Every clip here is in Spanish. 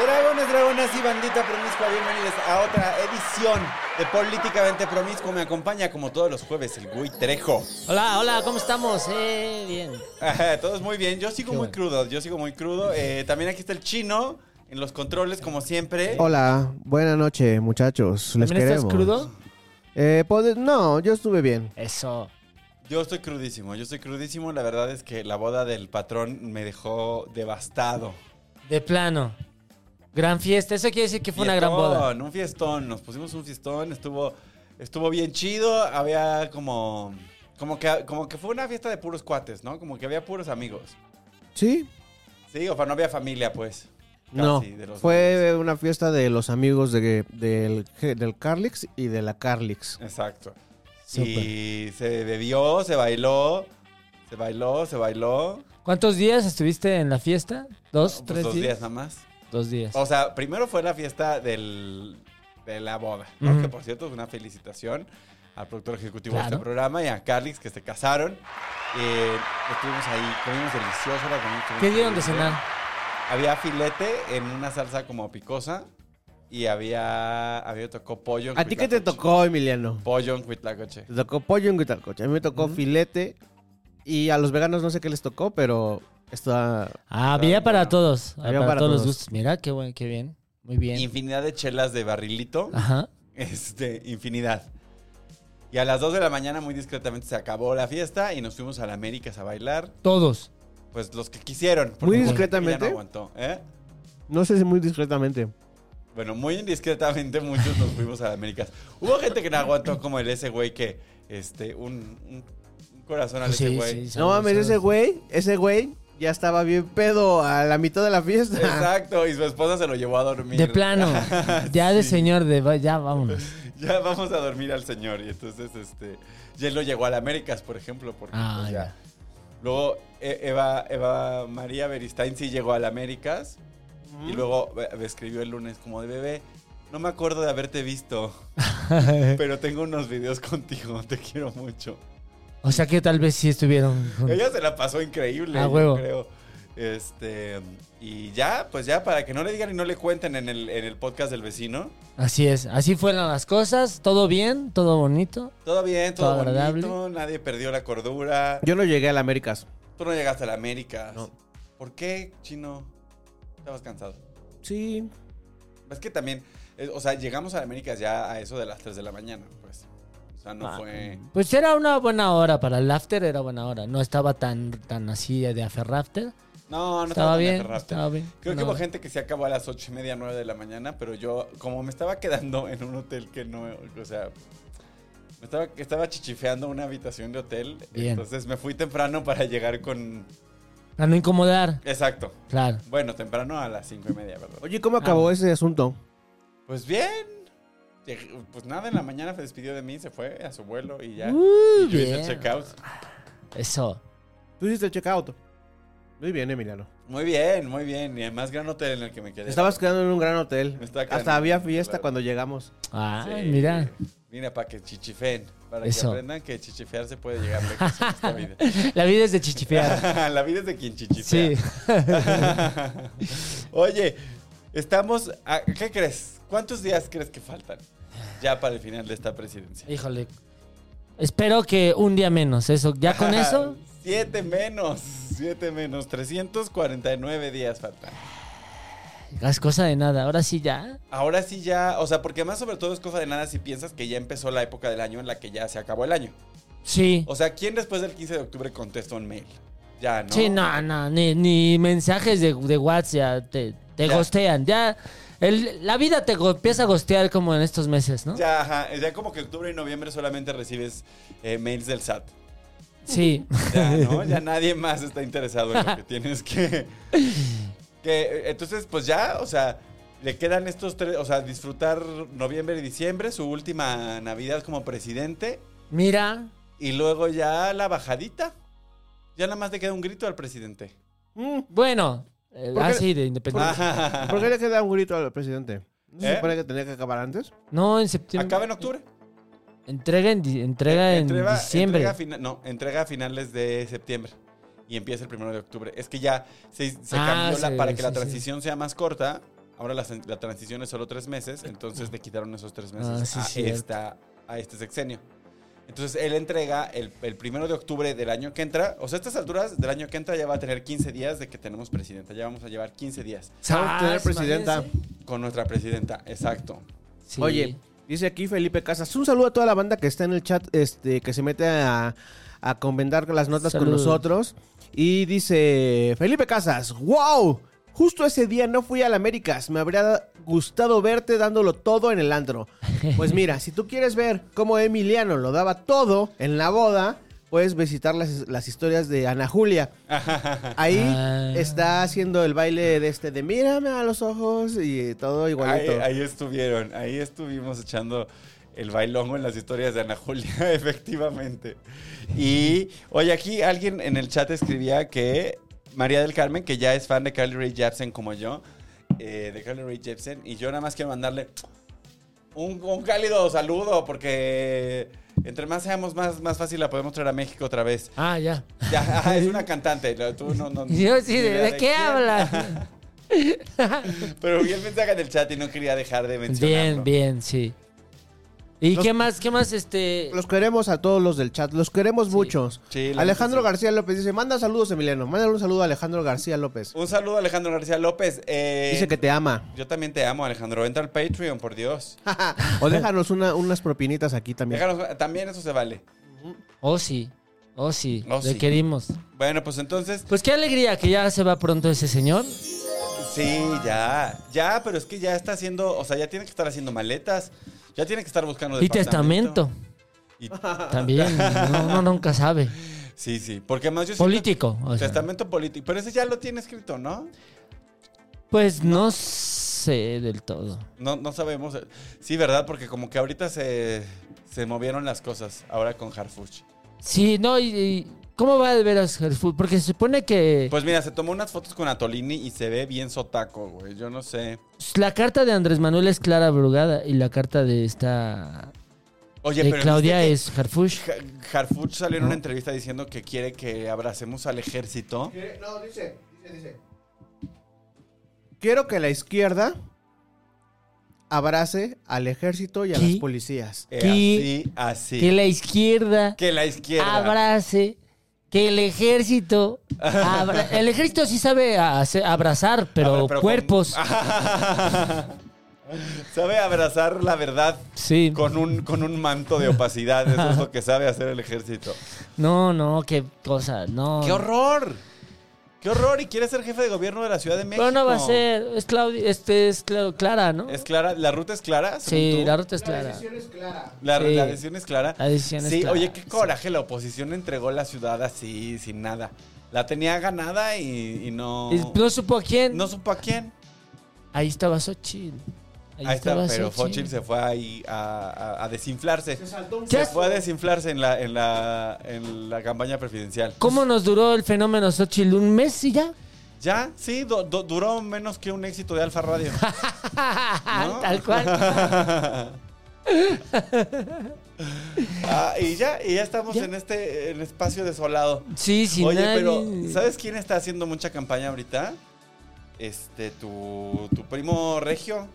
Dragones, dragonas y bandita promiscua, bienvenidos a otra edición de Políticamente Promiscuo. Me acompaña como todos los jueves el Gui Trejo. Hola, hola, ¿cómo estamos? Eh, bien. Ajá, Todos muy bien, yo sigo Qué muy bueno. crudo, yo sigo muy crudo. Eh, también aquí está el chino en los controles como siempre. Hola, buena noche, muchachos. Les ¿También queremos. estás crudo? Eh, pod- no, yo estuve bien. Eso. Yo estoy crudísimo, yo estoy crudísimo. La verdad es que la boda del patrón me dejó devastado. De plano. Gran fiesta. Eso quiere decir que fue una gran boda. Fiestón, Un fiestón, nos pusimos un fiestón, estuvo, estuvo bien chido, había como, como que, como que fue una fiesta de puros cuates, ¿no? Como que había puros amigos. ¿Sí? Sí, o sea, no había familia, pues. no. Casi, de los Fue novios. una fiesta de los amigos de, del, del Carlix y de la Carlix. Exacto. Súper. Y se bebió, se bailó, se bailó, se bailó. ¿Cuántos días estuviste en la fiesta? ¿Dos? Pues, ¿Tres dos días? días? nada más. Dos días. O sea, primero fue la fiesta del, de la boda, ¿no? Ujú. que por cierto es una felicitación al productor ejecutivo de Claro. este programa y a Carlix que se casaron. Eh, estuvimos ahí, comimos delicioso. la comimos- comimos ¿Qué dieron de delicioso. cenar? Había filete en una salsa como picosa y había, había tocó pollo. en ¿A ti qué te cuitlacoche. tocó, Emiliano? Pollo en cuitlacoche. Te tocó pollo en guitarcoche. A mí me tocó filete. Y a los veganos no sé qué les tocó, pero está. Ah, había Claro, para bueno. todos. Ah, Había para, para todos los todos. gustos. Mira, qué bueno, qué bien. Muy bien. Infinidad de chelas de barrilito. Ajá. Este, infinidad. Y a las 2 de la mañana, muy discretamente, se acabó la fiesta y nos fuimos a la Américas a bailar. Todos. Pues los que quisieron. porque Muy ya discretamente. no aguantó, ¿eh? No sé si muy discretamente. Bueno, muy indiscretamente muchos nos fuimos a la Américas. Hubo gente que no aguantó como el ese güey que, este, un, un- un corazón al ese Sí, güey. sí, No saludos, mames, ese saludos. güey, ese güey ya estaba bien pedo a la mitad de la fiesta. Exacto, y su esposa se lo llevó a dormir. De plano. Ya de Sí. señor, de va- ya vámonos. Ya vamos a dormir al señor. Y entonces, este, ya él no llegó a la Américas, por ejemplo, porque Ah, pues, ya. ya. Luego E- Eva, Eva María Beristain sí llegó al Américas. Y luego eh, me escribió el lunes como de bebé. No me acuerdo de haberte visto, pero tengo unos videos contigo. Te quiero mucho. O sea que tal vez sí estuvieron. juntos. Ella se la pasó increíble, A yo huevo. creo. Este, y ya, pues ya, para que no le digan y no le cuenten en el, en el podcast del vecino. Así es. Así fueron las cosas. Todo bien, todo bonito. Todo bien, todo, Todo agradable. bonito, nadie perdió la cordura. Yo no llegué a la Américas. Tú no llegaste a la América. No. ¿Por qué, chino? Estabas cansado. Sí, Es que también, eh, o sea, llegamos a la América ya a eso de las 3 de la mañana, pues. O sea, no Ah. fue. Pues era una buena hora para el after, era buena hora. No estaba tan, tan así de aferrafter. No, no estaba tan bien, aferrado. estaba bien. Creo que No. hubo gente que se acabó a las ocho y media, 9 de la mañana, pero yo, como me estaba quedando en un hotel que no, o sea, me estaba, estaba chichifeando una habitación de hotel, Bien. entonces me fui temprano para llegar con... Para no incomodar, Exacto. claro. Bueno, temprano a las cinco y media, ¿verdad? Oye, ¿cómo acabó Ah. ese asunto? Pues bien. Lleg- Pues nada, en la mañana se despidió de mí, se fue a su vuelo y ya. Uh, Y yo hice bien. checkout. Eso. Tú hiciste el checkout. Muy bien, Emiliano. Muy bien, muy bien. Y además, gran hotel en el que me quedé. Te estabas quedando en un gran hotel. Eh, Me estaba quedando Hasta había en un fiesta lugar. cuando llegamos. Ah, Sí. mira. Mira, para que chichifen. Para que Eso. aprendan que chichifear se puede llegar lejos en esta vida. La vida es de chichifear. la vida es de quien Sí. chichifea. Oye, estamos. a- ¿Qué crees? ¿Cuántos días crees que faltan ya para el final de esta presidencia? Híjole. Espero que un día menos. Eso, ya con eso. Siete menos. Siete menos. 349 días faltan. Las cosas de nada. Ahora sí ya. Ahora sí ya, o sea, porque más sobre todo es cosa de nada si piensas que ya empezó la época del año en la que ya se acabó el año. Sí. O sea, ¿quién después del 15 de octubre contesta un mail? Ya, ¿no? Sí, no, no, ni, ni mensajes de, de WhatsApp te, te Ya. gostean. Ya, el- la vida te go- empieza a gostear como en estos meses, ¿no? Ya, ajá, ya como que octubre y noviembre solamente recibes eh, mails del SAT. Sí. Ya, ¿no? Ya nadie más está interesado en lo que tienes que... que entonces, pues ya, o sea, le quedan estos tres, o sea, disfrutar noviembre y diciembre, su última Navidad como presidente, Mira, y luego ya la bajadita. Ya nada más le queda un grito al presidente. Mm. bueno, eh, ¿Por qué- así de independiente. ¿Por qué le queda un grito al presidente? ¿No se ¿Eh? supone que tenía que acabar antes? No, en septiembre. Ah, Acaba en octubre. Entrega en, di- entrega en Entrega- diciembre. entrega a fina- no, entrega a finales de septiembre. Y empieza el primero de octubre. Es que ya se, se Ah, cambió la- sí, para que la sí, sí. transición sea más corta. Ahora la, la transición es solo tres meses. Entonces le quitaron esos tres meses Ah, sí, a, cierto. esta- a este sexenio. Entonces él entrega el, el primero de octubre del año que entra. O sea, a estas alturas del año que entra ya va a tener 15 días de que tenemos presidenta. Ya vamos a llevar 15 días Vamos a tener Sas, presidenta. imagínense. con nuestra presidenta. Exacto. Sí. Oye, dice aquí Felipe Casas. Un saludo a toda la banda que está en el chat, este, que se mete a, a comentar las notas con Saludos. nosotros. Y dice Felipe Casas, wow. Justo ese día no fui al Américas. Me habría gustado verte dándolo todo en el antro. Pues mira, si tú quieres ver cómo Emiliano lo daba todo en la boda, puedes visitar las, las historias de Ana Julia. Ahí Ah. está haciendo el baile de este de mírame a los ojos y todo Ahí, igualito. ahí estuvieron, ahí estuvimos echando el bailongo en las historias de Ana Julia, efectivamente. Y, oye, aquí alguien en el chat escribía que María del Carmen, que ya es fan de Carly Rae Jepsen como yo, eh, de Carly Rae Jepsen, y yo nada más quiero mandarle un, un cálido saludo, porque entre más seamos, más, más fácil la podemos traer a México otra vez. Ah, ya. Ya, ajá, es una cantante, lo- tú no... no- Yo sí, ni ¿de, idea de qué quién. hablas? Pero vi el mensaje del chat y no quería dejar de mencionarlo. Bien, bien, sí. ¿Y Los- qué más? ¿Qué más? Este. Los queremos a todos los del chat, los queremos muchos. Sí, la Alejandro neta García López dice, manda saludos Emiliano, manda un saludo a Alejandro García López. Un saludo a Alejandro García López. Eh, Dice que te ama. Yo también te amo, Alejandro. Entra al Patreon, por Dios. Ah. o déjanos una- unas propinitas aquí también. Déjanos- también eso se vale. Oh, sí. Oh, sí. Oh, le sí. querimos. Bueno, pues entonces, Pues qué alegría que ya se va pronto ese señor. sí, ya. Ya, pero es que ya está haciendo, o sea, ya tiene que estar haciendo maletas. Ya tiene que estar buscando Y testamento. Y- También. No, uno nunca sabe. sí, sí. Porque más yo siento- Político. o sea. testamento político. Pero ese ya lo tiene escrito, ¿no? Pues no sé del todo. No, no sabemos. eh, Sí, ¿verdad? Porque como que ahorita se, se movieron las cosas ahora con Harfuch. Sí, no, y, y ¿cómo va de veras el fútbol? Porque se supone que Pues mira, se tomó unas fotos con Atolini y se ve bien sotaco, güey. Yo no sé. la carta de Andrés Manuel es Clara Brugada y la carta de esta Oye, de pero Eh, Claudia ¿viste es Harfush. que Ja- Harfuch salió en una entrevista diciendo que quiere que abracemos al ejército. No, dice, dice, dice. Quiero que la izquierda abrace al ejército y a ¿Qué? las policías. Eh, ¿Qué? así, así. Que Que la, la izquierda izquierda. abrace, que el ejército abra- el ejército sí sabe hace- abrazar, pero, Abra- Ah, con- cuerpos. sabe abrazar la verdad Sí. con un, con un manto de opacidad. Eso es lo que sabe hacer el ejército. No, no, qué cosa, no. ¡Qué horror! ¡Qué horror! Y quiere ser jefe de gobierno de la Ciudad de México. Pero no va a ser, es Claudia, este es Cla- Clara, ¿no? ¿Es clara? ¿La ruta es clara? según sí, tú? la ruta es Clara. La, Sí. la decisión es clara. La decisión es sí, clara, oye, qué sí. coraje. La oposición entregó la ciudad así, sin nada. La tenía ganada y, y no. Y pues, No supo a quién. No supo a quién. Ahí estaba Xochitl. Ahí, Ahí está, estaba pero Fochil Xochitl. se fue ahí a, a- a desinflarse. Ya Se fue a desinflarse en la, en la, en la campaña presidencial. ¿Cómo nos duró el fenómeno Xochitl? ¿Un mes y ya? Ya, sí, du- du- duró menos que un éxito de Alfa Radio. ¿no? Tal cual. Ah, y ya, y ya estamos Ya. en este en espacio desolado. Sí, sin Oye, nadie. pero ¿sabes quién está haciendo mucha campaña ahorita? Este, tu, tu primo Regio.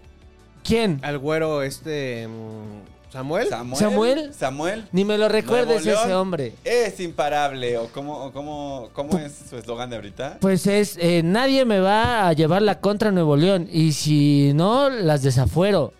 ¿Quién? Al güero este... mm, ¿Samuel? Samuel. ¿Samuel? Samuel. Ni me lo recuerdes Nuevo ese León. hombre. Es imparable. ¿O cómo, o cómo, cómo es su eslogan de ahorita? Pues es, eh, nadie me va a llevar la contra Nuevo León. Y si no, las desafuero.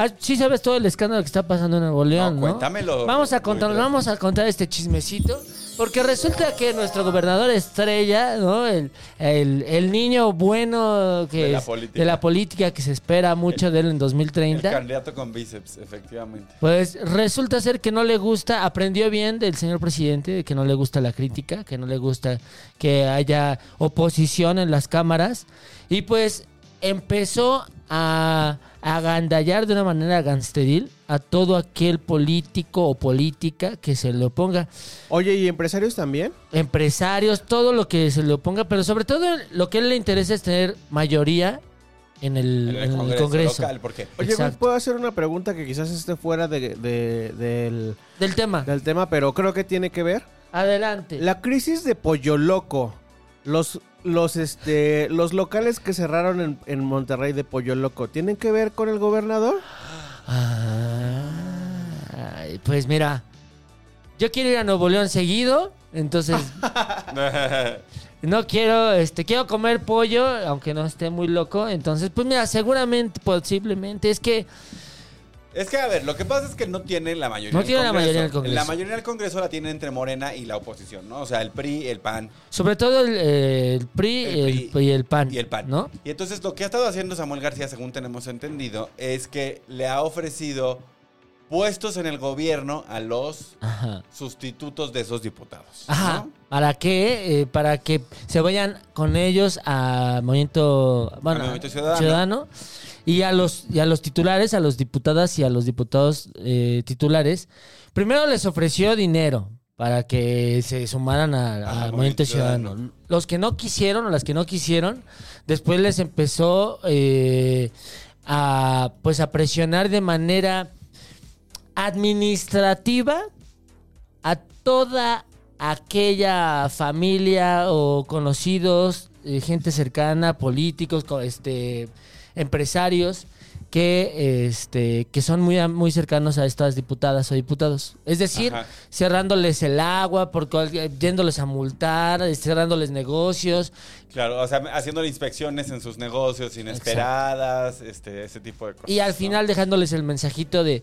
Ah, sí sabes todo el escándalo que está pasando en Nuevo León, ¿no? cuéntamelo. Vamos a Muy contar, bien. vamos a contar este chismecito. Porque resulta que nuestro gobernador estrella, ¿no? El, el- el niño bueno que De la es- política. de la política que se espera mucho de él en El 2030. candidato con bíceps, efectivamente. Pues resulta ser que no le gusta, aprendió bien del señor presidente, de que no le gusta la crítica, que no le gusta que haya oposición en las cámaras. Y pues empezó a agandallar de una manera gangsteril a todo aquel político o política que se le oponga. Oye, ¿y empresarios también? Empresarios, todo lo que se le oponga, pero sobre todo lo que a él le interesa es tener mayoría en el, en el Congreso. local, porque Oye, güey, Exacto. puedo hacer una pregunta que quizás esté fuera de- de- del, Del tema. del tema, pero creo que tiene que ver. Adelante. La crisis de Pollo Loco. Los, los, este, los locales que cerraron en, en Monterrey de Pollo Loco, ¿tienen que ver con el gobernador? Ay, pues mira, yo quiero ir a Nuevo León seguido, entonces no quiero, este, quiero comer pollo, aunque no esté muy loco, entonces pues mira, seguramente, posiblemente, es que es que, a ver, lo que pasa es que no tienen la mayoría No en el tienen la mayoría en el La Congreso. mayoría del Congreso la tiene entre Morena y la oposición, ¿no? O sea, el PRI, el PAN sobre todo el, eh, el PRI, El el- PRI y el PAN, y el PAN. ¿no? Y entonces lo que ha estado haciendo Samuel García, según tenemos entendido, es que le ha ofrecido puestos en el gobierno a los Ajá. sustitutos de esos diputados. ¿no? Ajá. ¿Para qué? Eh, para que se vayan con ellos a Movimiento, bueno, A Movimiento Ciudadano. y a los y a los titulares, a los diputadas y a los diputados eh, titulares. Primero les ofreció dinero para que se sumaran a, a Movimiento, Movimiento Ciudadano. Ciudadano. Los que no quisieron o las que no quisieron, después les empezó eh, a pues a presionar de manera administrativa a toda aquella familia o conocidos, eh, gente cercana, políticos, co- este, empresarios que este que son muy a- muy cercanos a estas diputadas o diputados. Es decir, Ajá. cerrándoles el agua, por cual- yéndoles a multar, eh, cerrándoles negocios. Claro, o sea, haciendo inspecciones en sus negocios inesperadas, este, ese tipo de cosas. Y al ¿no? final dejándoles el mensajito de,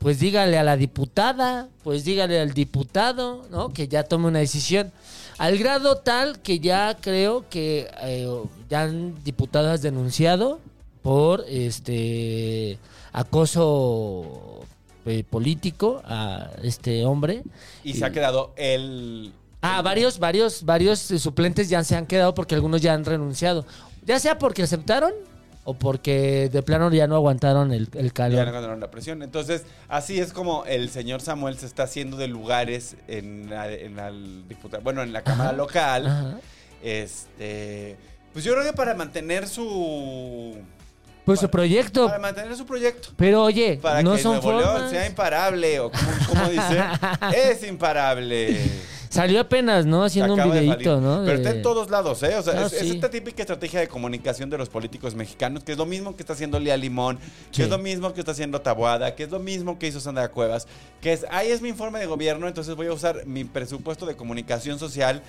pues dígale a la diputada, pues dígale al diputado, ¿no? Que ya tome una decisión. Al grado tal que ya creo que eh, ya han diputadas denunciado por este acoso eh, político a este hombre. Y se ha quedado el... Ah, el- varios, varios, varios eh, suplentes ya se han quedado porque algunos ya han renunciado. Ya sea porque aceptaron o porque de plano ya no aguantaron el, el calor. Ya no ganaron la presión. Entonces, así es como el señor Samuel se está haciendo de lugares en la, en la diputa- bueno, en la Cámara Local. Ajá. Este. Pues yo creo que para mantener su. Pues su Para- proyecto. Para mantener su proyecto. Pero oye, Para no que son Nuevo León formas. sea imparable. O como, como dice. es imparable. Salió apenas, ¿no? Haciendo un Acaba de videíto, salir. ¿no? Pero De- está en todos lados, ¿eh? O sea, Ah, es, es sí. esta típica estrategia de comunicación de los políticos mexicanos, que es lo mismo que está haciendo Lía Limón, que Sí. es lo mismo que está haciendo Taboada, que es lo mismo que hizo Sandra Cuevas, que es, ahí es mi informe de gobierno, entonces voy a usar mi presupuesto de comunicación social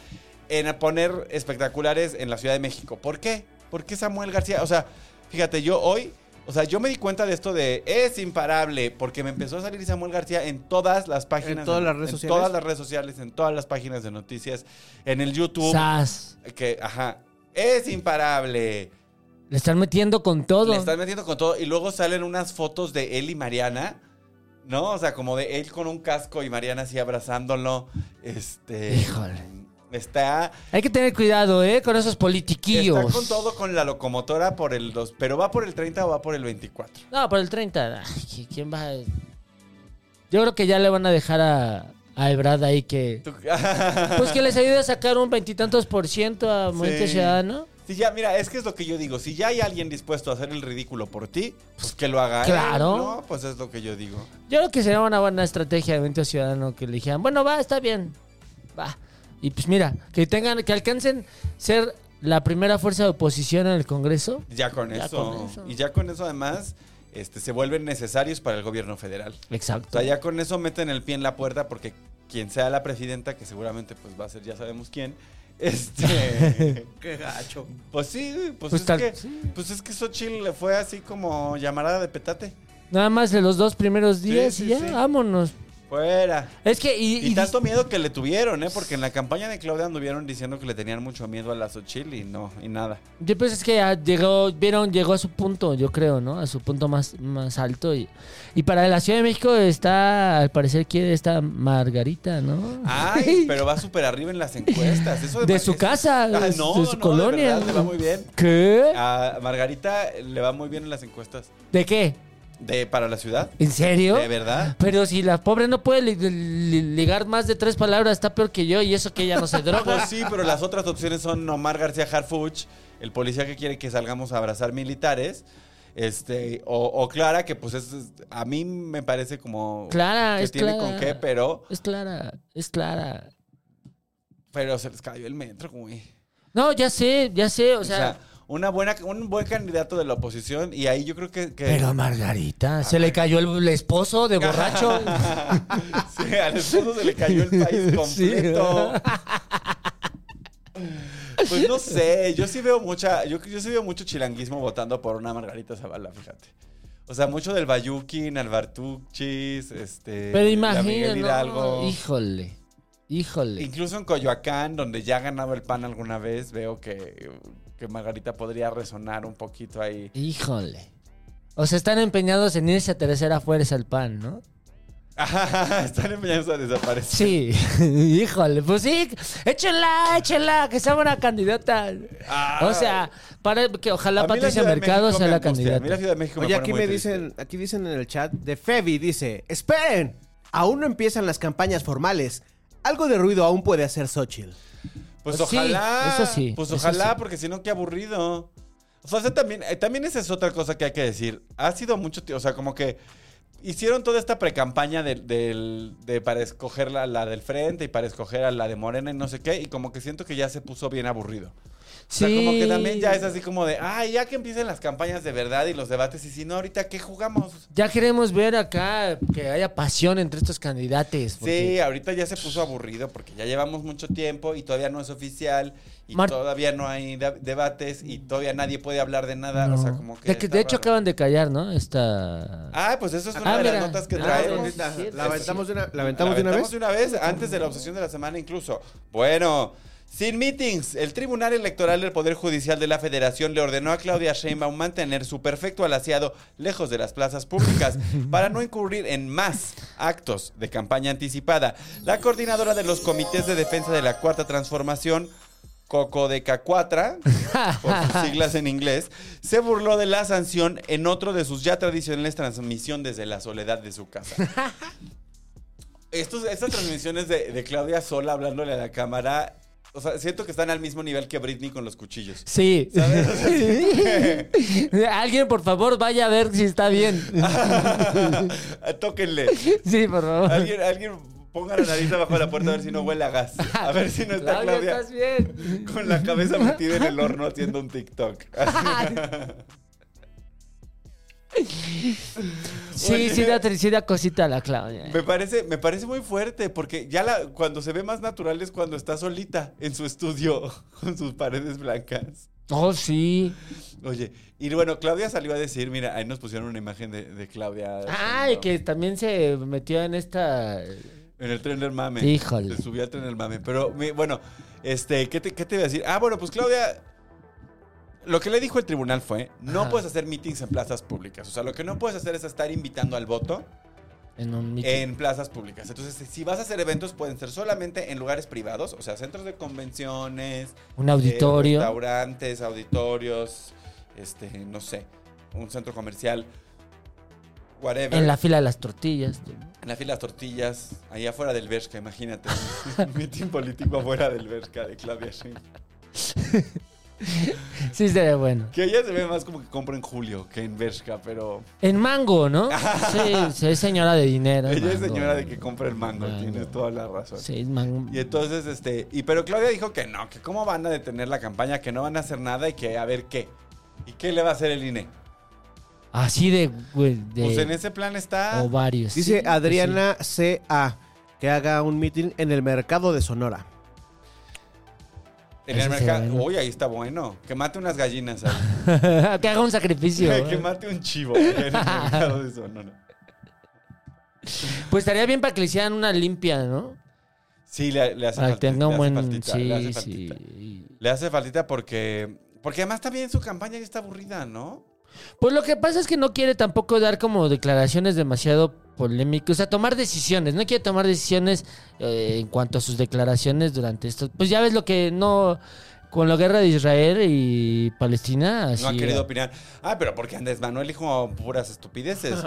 en poner espectaculares en la Ciudad de México. ¿Por qué? ¿Por qué Samuel García? O sea, fíjate, yo hoy... O sea, yo me di cuenta de esto de es imparable, porque me empezó a salir Samuel García en todas las páginas. todas las redes sociales? todas las redes sociales, en todas las páginas de noticias, en el YouTube. Sas. Que, ajá, es imparable. Le están metiendo con todo. Le están metiendo con todo. Y luego salen unas fotos de él y Mariana, ¿no? O sea, como de él con un casco y Mariana así abrazándolo. Este. Híjole. Está, Hay que tener cuidado, ¿eh? Con esos está politiquillos. con todo con la locomotora por el 2, pero va por el 30 o va por el 24. No, por el 30. Ay, ¿qui- ¿Quién va? a- Yo creo que ya le van a dejar a, a Ebrad ahí que. Tú- Pues que les ayude a sacar un veintitantos por ciento a Movimiento Sí. Ciudadano. Si ya, mira, es que es lo que yo digo. Si ya hay alguien dispuesto a hacer el ridículo por ti, pues que lo haga. él, Claro. ¿no? Pues es lo que yo digo. Yo creo que sería una buena estrategia de Movimiento Ciudadano que le dijeran, bueno, va, está bien, va. Y pues mira, que tengan, que alcancen ser la primera fuerza de oposición en el Congreso. Ya con, Ya eso, con eso. Y ya con eso, además, este, se vuelven necesarios para el gobierno federal. O Exacto. sea, ya con eso meten el pie en la puerta porque quien sea la presidenta, que seguramente pues va a ser, ya sabemos quién, este... Qué gacho. Pues sí, pues, Pues es tal- que, sí. pues es que Xochitl le fue así como llamarada de petate. Nada más de los dos primeros días Sí, y sí, ya, sí. vámonos. Fuera. Es que, y, Y y- tanto miedo que le tuvieron, ¿eh? Porque en la campaña de Claudia anduvieron diciendo que le tenían mucho miedo a la Xochitl y no, y nada. yo pues es que ya llegó, vieron, llegó a su punto, yo creo, ¿no? A su punto más, más alto. Y, y para la Ciudad de México está, al parecer quiere esta Margarita, ¿no? Ay, pero va súper arriba en las encuestas. Eso Ah, De su eso- casa, de su colonia. verdad, le va muy bien. ¿Qué? A Margarita le va muy bien en las encuestas. ¿De qué? De, para la ciudad. ¿En serio? De verdad. Pero si la pobre no puede li- li- ligar más de tres palabras, está peor que yo y eso que ella no se droga. Pues sí, pero las otras opciones son Omar García Harfuch, el policía que quiere que salgamos a abrazar militares. Este, o, o Clara, que pues es, es- a mí me parece como Clara, que es tiene Clara. con qué, pero, Es clara, es clara. pero se les cayó el metro, güey. No, ya sé, ya sé, o O sea... sea, una buena, un buen candidato de la oposición, y ahí yo creo que. que- pero a Margarita, Ah, se le cayó el, el esposo de borracho. sí, al esposo se le cayó el país Sí. completo. Pues no sé, yo sí veo mucha, yo, yo sí veo mucho chilanguismo votando por una Margarita Zavala, fíjate. O sea, mucho del Bayukin, Albartuchis, este. Pero la imagínate, Miguel Hidalgo. híjole, híjole. Incluso en Coyoacán, donde ya ganaba el pan alguna vez, veo que, que Margarita podría resonar un poquito ahí. Híjole. O sea, están empeñados en irse a tercera fuerza al pan, ¿no? Están empeñados a desaparecer. Sí, híjole, pues sí, échenla, échenla, que sea una candidata. Ah. O sea, para que A ojalá mí la Patricia Ciudad de Mercado México sea me la angustia. A mí la candidata. Ciudad de México Oye, pone aquí muy me triste. dicen, aquí dicen en el chat de Febi, dice, esperen, aún no empiezan las campañas formales. Algo de ruido aún puede hacer Xochitl. Pues Pues sí, ojalá. eso sí, Pues eso ojalá, sí. porque si no, qué aburrido. O sea, o sea, también, eh, también esa es otra cosa que hay que decir. Ha sido mucho tiempo. O sea, como que hicieron toda esta precampaña del- del- de, para escoger la, la del frente y para escoger a la de Morena y no sé qué. Y como que siento que ya se puso bien aburrido. O sea, como que también ya es así como de, ay, ya que empiecen las campañas de verdad y los debates. Y si no, ahorita, ¿qué jugamos? Ya queremos ver acá que haya pasión entre estos candidatos. Sí, porque- ahorita ya se puso aburrido porque ya llevamos mucho tiempo y todavía no es oficial y Mar- todavía no hay da- debates y todavía nadie puede hablar de nada. O sea, No. como que. de, que- está de hecho, raro. acaban de callar, ¿no? Esta. Ah, pues eso es una Ah, de mira. las notas que Ah, traemos. sí, La- sí, la- ¿La sí. aventamos de una, la la aventamos de una aventamos vez? de una vez antes de la obsesión de la semana, incluso. Bueno. Sin meetings, el Tribunal Electoral del Poder Judicial de la Federación le ordenó a Claudia Sheinbaum mantener su perfecto alaciado lejos de las plazas públicas para no incurrir en más actos de campaña anticipada. La coordinadora de los comités de defensa de la Cuarta Transformación, Coco de Cacuatra, por sus siglas en inglés, se burló de la sanción en otro de sus ya tradicionales transmisión desde la soledad de su casa. Estos, estas transmisiones de, de Claudia Sola hablándole a la cámara, o sea, siento que están al mismo nivel que Britney con los cuchillos. Sí. ¿Sabes? O sea, siento que- Alguien, por favor, vaya a ver si está bien. Tóquenle. Sí, por favor. Alguien, alguien ponga la nariz abajo de la puerta a ver si no huele a gas. A ver si no está Claudia, Claudia ¿estás bien? con la cabeza metida en el horno haciendo un TikTok. Sí, Oye. sí da, tri- sí da cosita a la Claudia. Me parece, me parece muy fuerte, porque ya la, cuando se ve más natural es cuando está solita en su estudio con sus paredes blancas. Oh, sí. Oye, y bueno, Claudia salió a decir, mira, ahí nos pusieron una imagen de, de Claudia. Ay, haciendo- que también se metió en esta... En el tren del mame. Híjole. Se subió al tren del mame. Pero mi- bueno, este, ¿qué te, ¿qué te iba a decir? Ah, bueno, pues Claudia. Lo que le dijo el tribunal fue: no Ajá. puedes hacer meetings en plazas públicas. O sea, lo que no puedes hacer es estar invitando al voto En un mitin. en plazas públicas. Entonces, si vas a hacer eventos, pueden ser solamente en lugares privados, o sea, centros de convenciones, un eh, auditorio. restaurantes, auditorios, este, no sé, un centro comercial, whatever. en la fila de las tortillas. En la fila de las tortillas, ahí afuera del Bershka, imagínate. Un mitin político afuera del Bershka de Claudia Sheinbaum. Sí, sería bueno. Que ella se ve más como que compra en julio que en Bershka, pero En mango, ¿no? Sí, sí, es señora de dinero. ella es mango. señora de que compra el mango, Mango. tienes toda la razón. Sí, es mango. Y entonces, este, y pero Claudia dijo que no, que cómo van a detener la campaña, que no van a hacer nada y que a ver qué. ¿Y qué le va a hacer el INE? Así de... güey, de Pues en ese plan está. ovarios. Dice Sí, Adriana C.A. que haga un meeting en el mercado de Sonora. En el Ese mercado. se ve, ¿no? Uy, ahí está bueno. Que mate unas gallinas ahí. pues sí. que haga un sacrificio. que mate un chivo en el mercado de Sonora. Pues estaría bien para que le hicieran una limpia, ¿no? Sí, le, le hace Para que faltita, tenga un le hace buen. faltita, le hace Sí, faltita. sí. Le hace faltita porque. Porque además también su campaña ya está aburrida, ¿no? Pues lo que pasa es que no quiere tampoco dar como declaraciones demasiado polémicas, o sea, tomar decisiones, no quiere tomar decisiones eh, en cuanto a sus declaraciones durante esto. Pues ya ves lo que no, con la guerra de Israel y Palestina, así, No ha querido opinar. Ah, pero porque Andrés Manuel dijo puras estupideces.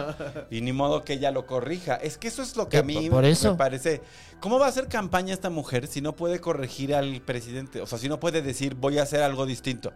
y ni modo que ella lo corrija. Es que eso es lo que a Eh, mí por eso. me parece. ¿Cómo va a hacer campaña esta mujer si no puede corregir al presidente? O sea, si no puede decir voy a hacer algo distinto.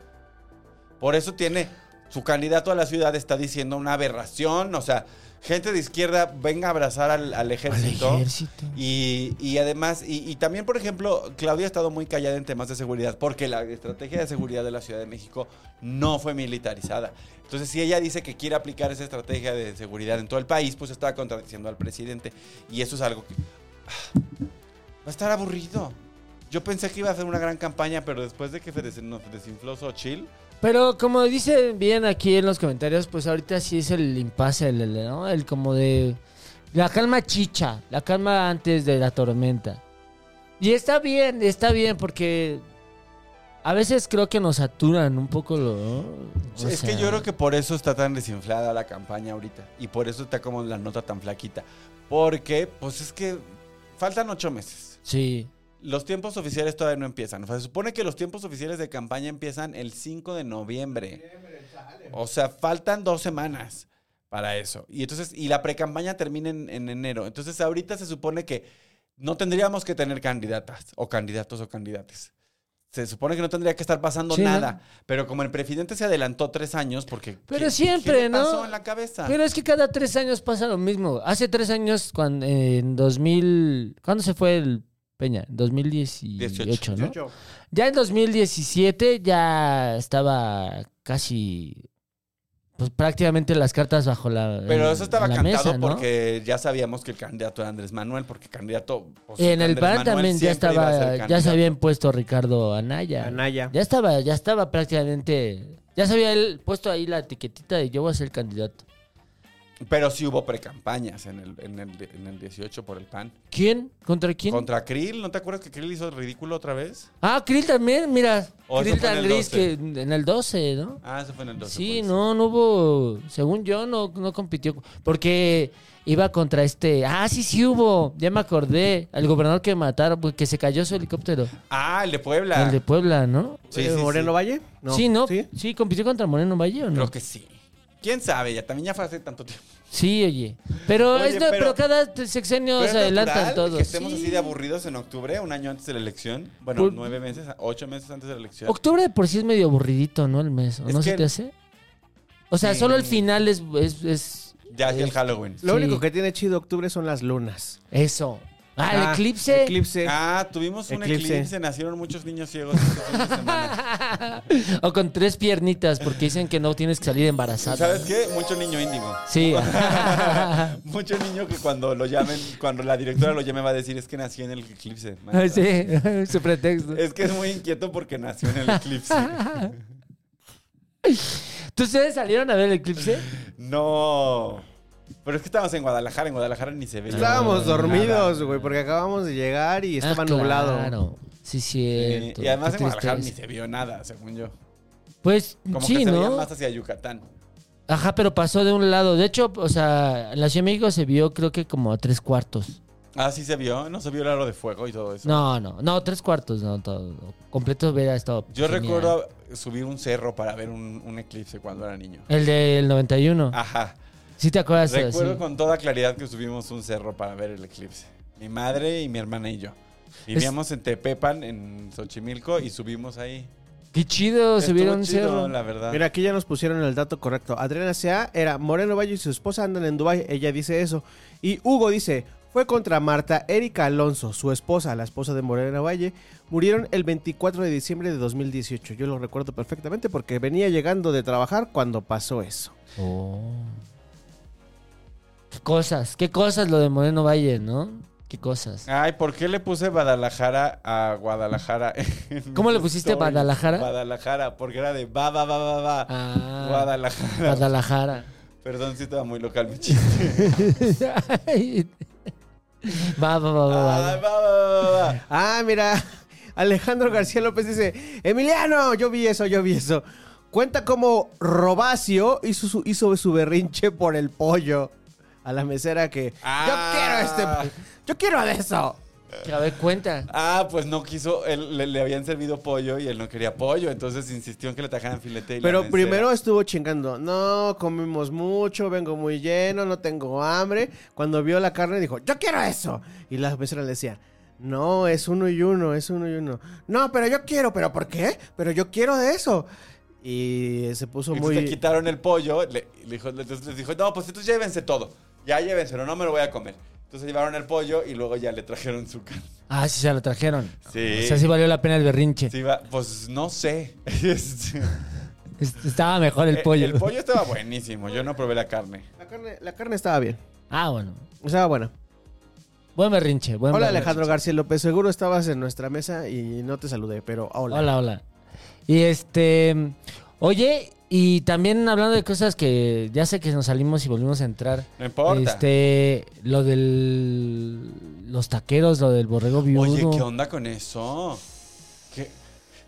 Por eso tiene. Su candidato a la ciudad está diciendo una aberración. O sea, gente de izquierda venga a abrazar al, al al ejército. ejército. Y, y además, y, y también, por ejemplo, Claudia ha estado muy callada en temas de seguridad porque la estrategia de seguridad de la Ciudad de México no fue militarizada. Entonces, si ella dice que quiere aplicar esa estrategia de seguridad en todo el país, pues está contradiciendo al presidente. Y eso es algo que ah, va a estar aburrido. Yo pensé que iba a hacer una gran campaña, pero después de que se des- nos desinfló Xochitl, Pero como dicen bien aquí en los comentarios, pues ahorita sí es el impasse, el, el- ¿no? El como de... La calma chicha, la calma antes de la tormenta. Y está bien, está bien, porque a veces creo que nos saturan un poco lo... ¿no? O es sea, que yo creo que por eso está tan desinflada la campaña ahorita. Y por eso está como la nota tan flaquita. Porque, pues es que faltan ocho meses. Sí, Los tiempos oficiales todavía no empiezan. O sea, se supone que los tiempos oficiales de campaña empiezan el 5 de noviembre. O sea, faltan dos semanas para eso. Y entonces, y la precampaña termina en, en enero. Entonces, ahorita se supone que no tendríamos que tener candidatas o candidatos o candidates. Se supone que no tendría que estar pasando Sí, ¿no? nada. Pero como el presidente se adelantó tres años, porque. Pero ¿qué- siempre, ¿qué le ¿no? pasó en la cabeza? Pero es que cada tres años pasa lo mismo. Hace tres años, cuando, en 2000... ¿Cuándo se fue el Peña? En 2018, ¿no? Ya en 2017 ya estaba casi, pues prácticamente las cartas bajo la. Pero eh, eso estaba la cantado mesa, ¿no? porque ya sabíamos que el candidato era Andrés Manuel, porque candidato. pues, En el Andrés PAN Manuel también ya siempre iba a ser estaba, ya candidato. se había impuesto Ricardo Anaya. Anaya. Ya estaba, ya estaba prácticamente, ya se había él puesto ahí la etiquetita de yo voy a ser candidato. Pero sí hubo precampañas en el, en, el, en el 18 por el PAN. ¿Quién? ¿Contra quién? Contra Krill, ¿no te acuerdas que Krill hizo el ridículo otra vez? Ah, Krill también, mira. O eso Krill fue en tan el 12. gris que en el 12, ¿no? Ah, eso fue en el 12. Sí, pues. no, no hubo. Según yo, no, no compitió. Porque iba contra este. Ah, sí, sí hubo. Ya me acordé. Al gobernador que mataron, pues, que se cayó su helicóptero. Ah, el de Puebla. El de Puebla, ¿no? Sí, ¿Eh, sí, sí. ¿Moreno Valle? Sí, ¿no? ¿Sí? ¿Sí? compitió contra Moreno Valle o no. Creo que sí. ¿Quién sabe? Ya también ya fue hace tanto tiempo. Sí, oye. Pero, Oye, es no- pero- pero, cada sexenio Pero es se adelantan natural todos. Que estemos Sí. así de aburridos en octubre, un año antes de la elección. Bueno, Pues- nueve meses, ocho meses antes de la elección. Octubre de por sí es medio aburridito, ¿no? El mes. ¿o Es ¿No se que- te hace? O sea, Sí. solo el final es, es, es Ya es el Halloween. Lo Sí. único que tiene chido octubre son las lunas. eso. Ah, el Ah, eclipse. Eclipse. Ah, tuvimos un Eclipse. eclipse. nacieron muchos niños ciegos este fin de semana. o con tres piernitas, porque dicen que no tienes que salir embarazada. ¿Sabes qué? Mucho niño índigo. Sí. Mucho niño que cuando lo llamen, cuando la directora lo llame va a decir es que nació en el eclipse. Ah, maestra". sí, su pretexto. Es que es muy inquieto porque nació en el eclipse. ¿Tú ustedes salieron a ver el eclipse? No. Pero es que estábamos en Guadalajara, en Guadalajara ni se veía. Estábamos nada. dormidos, güey, porque acabamos de llegar y estaba Ah, nublado. Claro. Sí, Sí, cierto. Y además en Qué Guadalajara ni tristeza. se vio nada, según yo. Pues Como que sí, se veía ¿no? más hacia Yucatán. Ajá, pero pasó de un lado. De hecho, o sea, en la Ciudad de México se vio creo que como a tres cuartos. Ah, sí se vio, no se vio el aro de fuego y todo eso. No, no, no, tres cuartos, no, todo. Completo hubiera estado. Yo genial. recuerdo subir un cerro para ver un, un eclipse cuando era niño. El del 91. Ajá. ¿Sí te acuerdas? Ah, Recuerdo Sí. con toda claridad que subimos un cerro para ver el eclipse. Mi madre y mi hermana y yo. Vivíamos en Tepepan, en Xochimilco, y subimos ahí. Qué chido, Estuvo subieron un chido, cerro. La verdad. Mira, aquí ya nos pusieron el dato correcto. Adriana Sea era Moreno Valle y su esposa andan en Dubai. Ella dice eso. Y Hugo dice, fue contra Marta Erika Alonso, su esposa, la esposa de Moreno Valle. Murieron el 24 de diciembre de 2018. Yo lo recuerdo perfectamente porque venía llegando de trabajar cuando pasó eso. Oh. Qué Cosas, qué cosas lo de Moreno Valle, ¿no? Qué cosas. Ay, ¿por qué le puse Guadalajara a Guadalajara? en ¿Cómo mi le pusiste story? Guadalajara? Guadalajara, porque era de va, va, va, va, va. Ah, Guadalajara. Guadalajara. Perdón si estaba muy local mi chiste. Va, va, va, va, va. Ah, va, va, va, va. Ah, mira. Alejandro García López dice: Emiliano, yo vi eso, yo vi eso. Cuenta como Robacio hizo su, hizo su berrinche por el pollo a la mesera que. Ah. Yo quiero este. po- Yo quiero de eso. A ver, cuenta. Ah, pues no quiso, él- le, le habían servido pollo y él no quería pollo, entonces insistió en que le tajaran filete. Y la Pero mesera- primero estuvo chingando. No, comimos mucho, vengo muy lleno, no tengo hambre. Cuando vio la carne dijo, yo quiero eso. Y las meseras le decían, no, es uno y uno, es uno y uno. No, pero yo quiero, pero ¿por qué? Pero yo quiero de eso. Y se puso Entonces le muy... quitaron el pollo, le, le dijo, entonces les dijo, no, pues entonces llévense todo. Ya llévense, no me lo voy a comer. Entonces llevaron el pollo y luego ya le trajeron su carne. Ah, sí, se lo trajeron. Sí. O sea, sí valió la pena el berrinche. Sí, va- pues no sé. Este, Est- Estaba mejor el pollo. Eh, El, pollo estaba buenísimo, yo no probé la carne. La carne, la carne estaba bien, Ah, bueno. estaba buena. Buen berrinche. Buen Hola berrinche. Alejandro García López, seguro estabas en nuestra mesa y no te saludé, pero hola. Hola, hola. Y este. Oye, y también hablando de cosas que ya sé que nos salimos y volvimos a entrar. No importa. Este. Lo del. Los taqueros, lo del borrego viudo. Oye, ¿qué onda con eso? ¿Qué?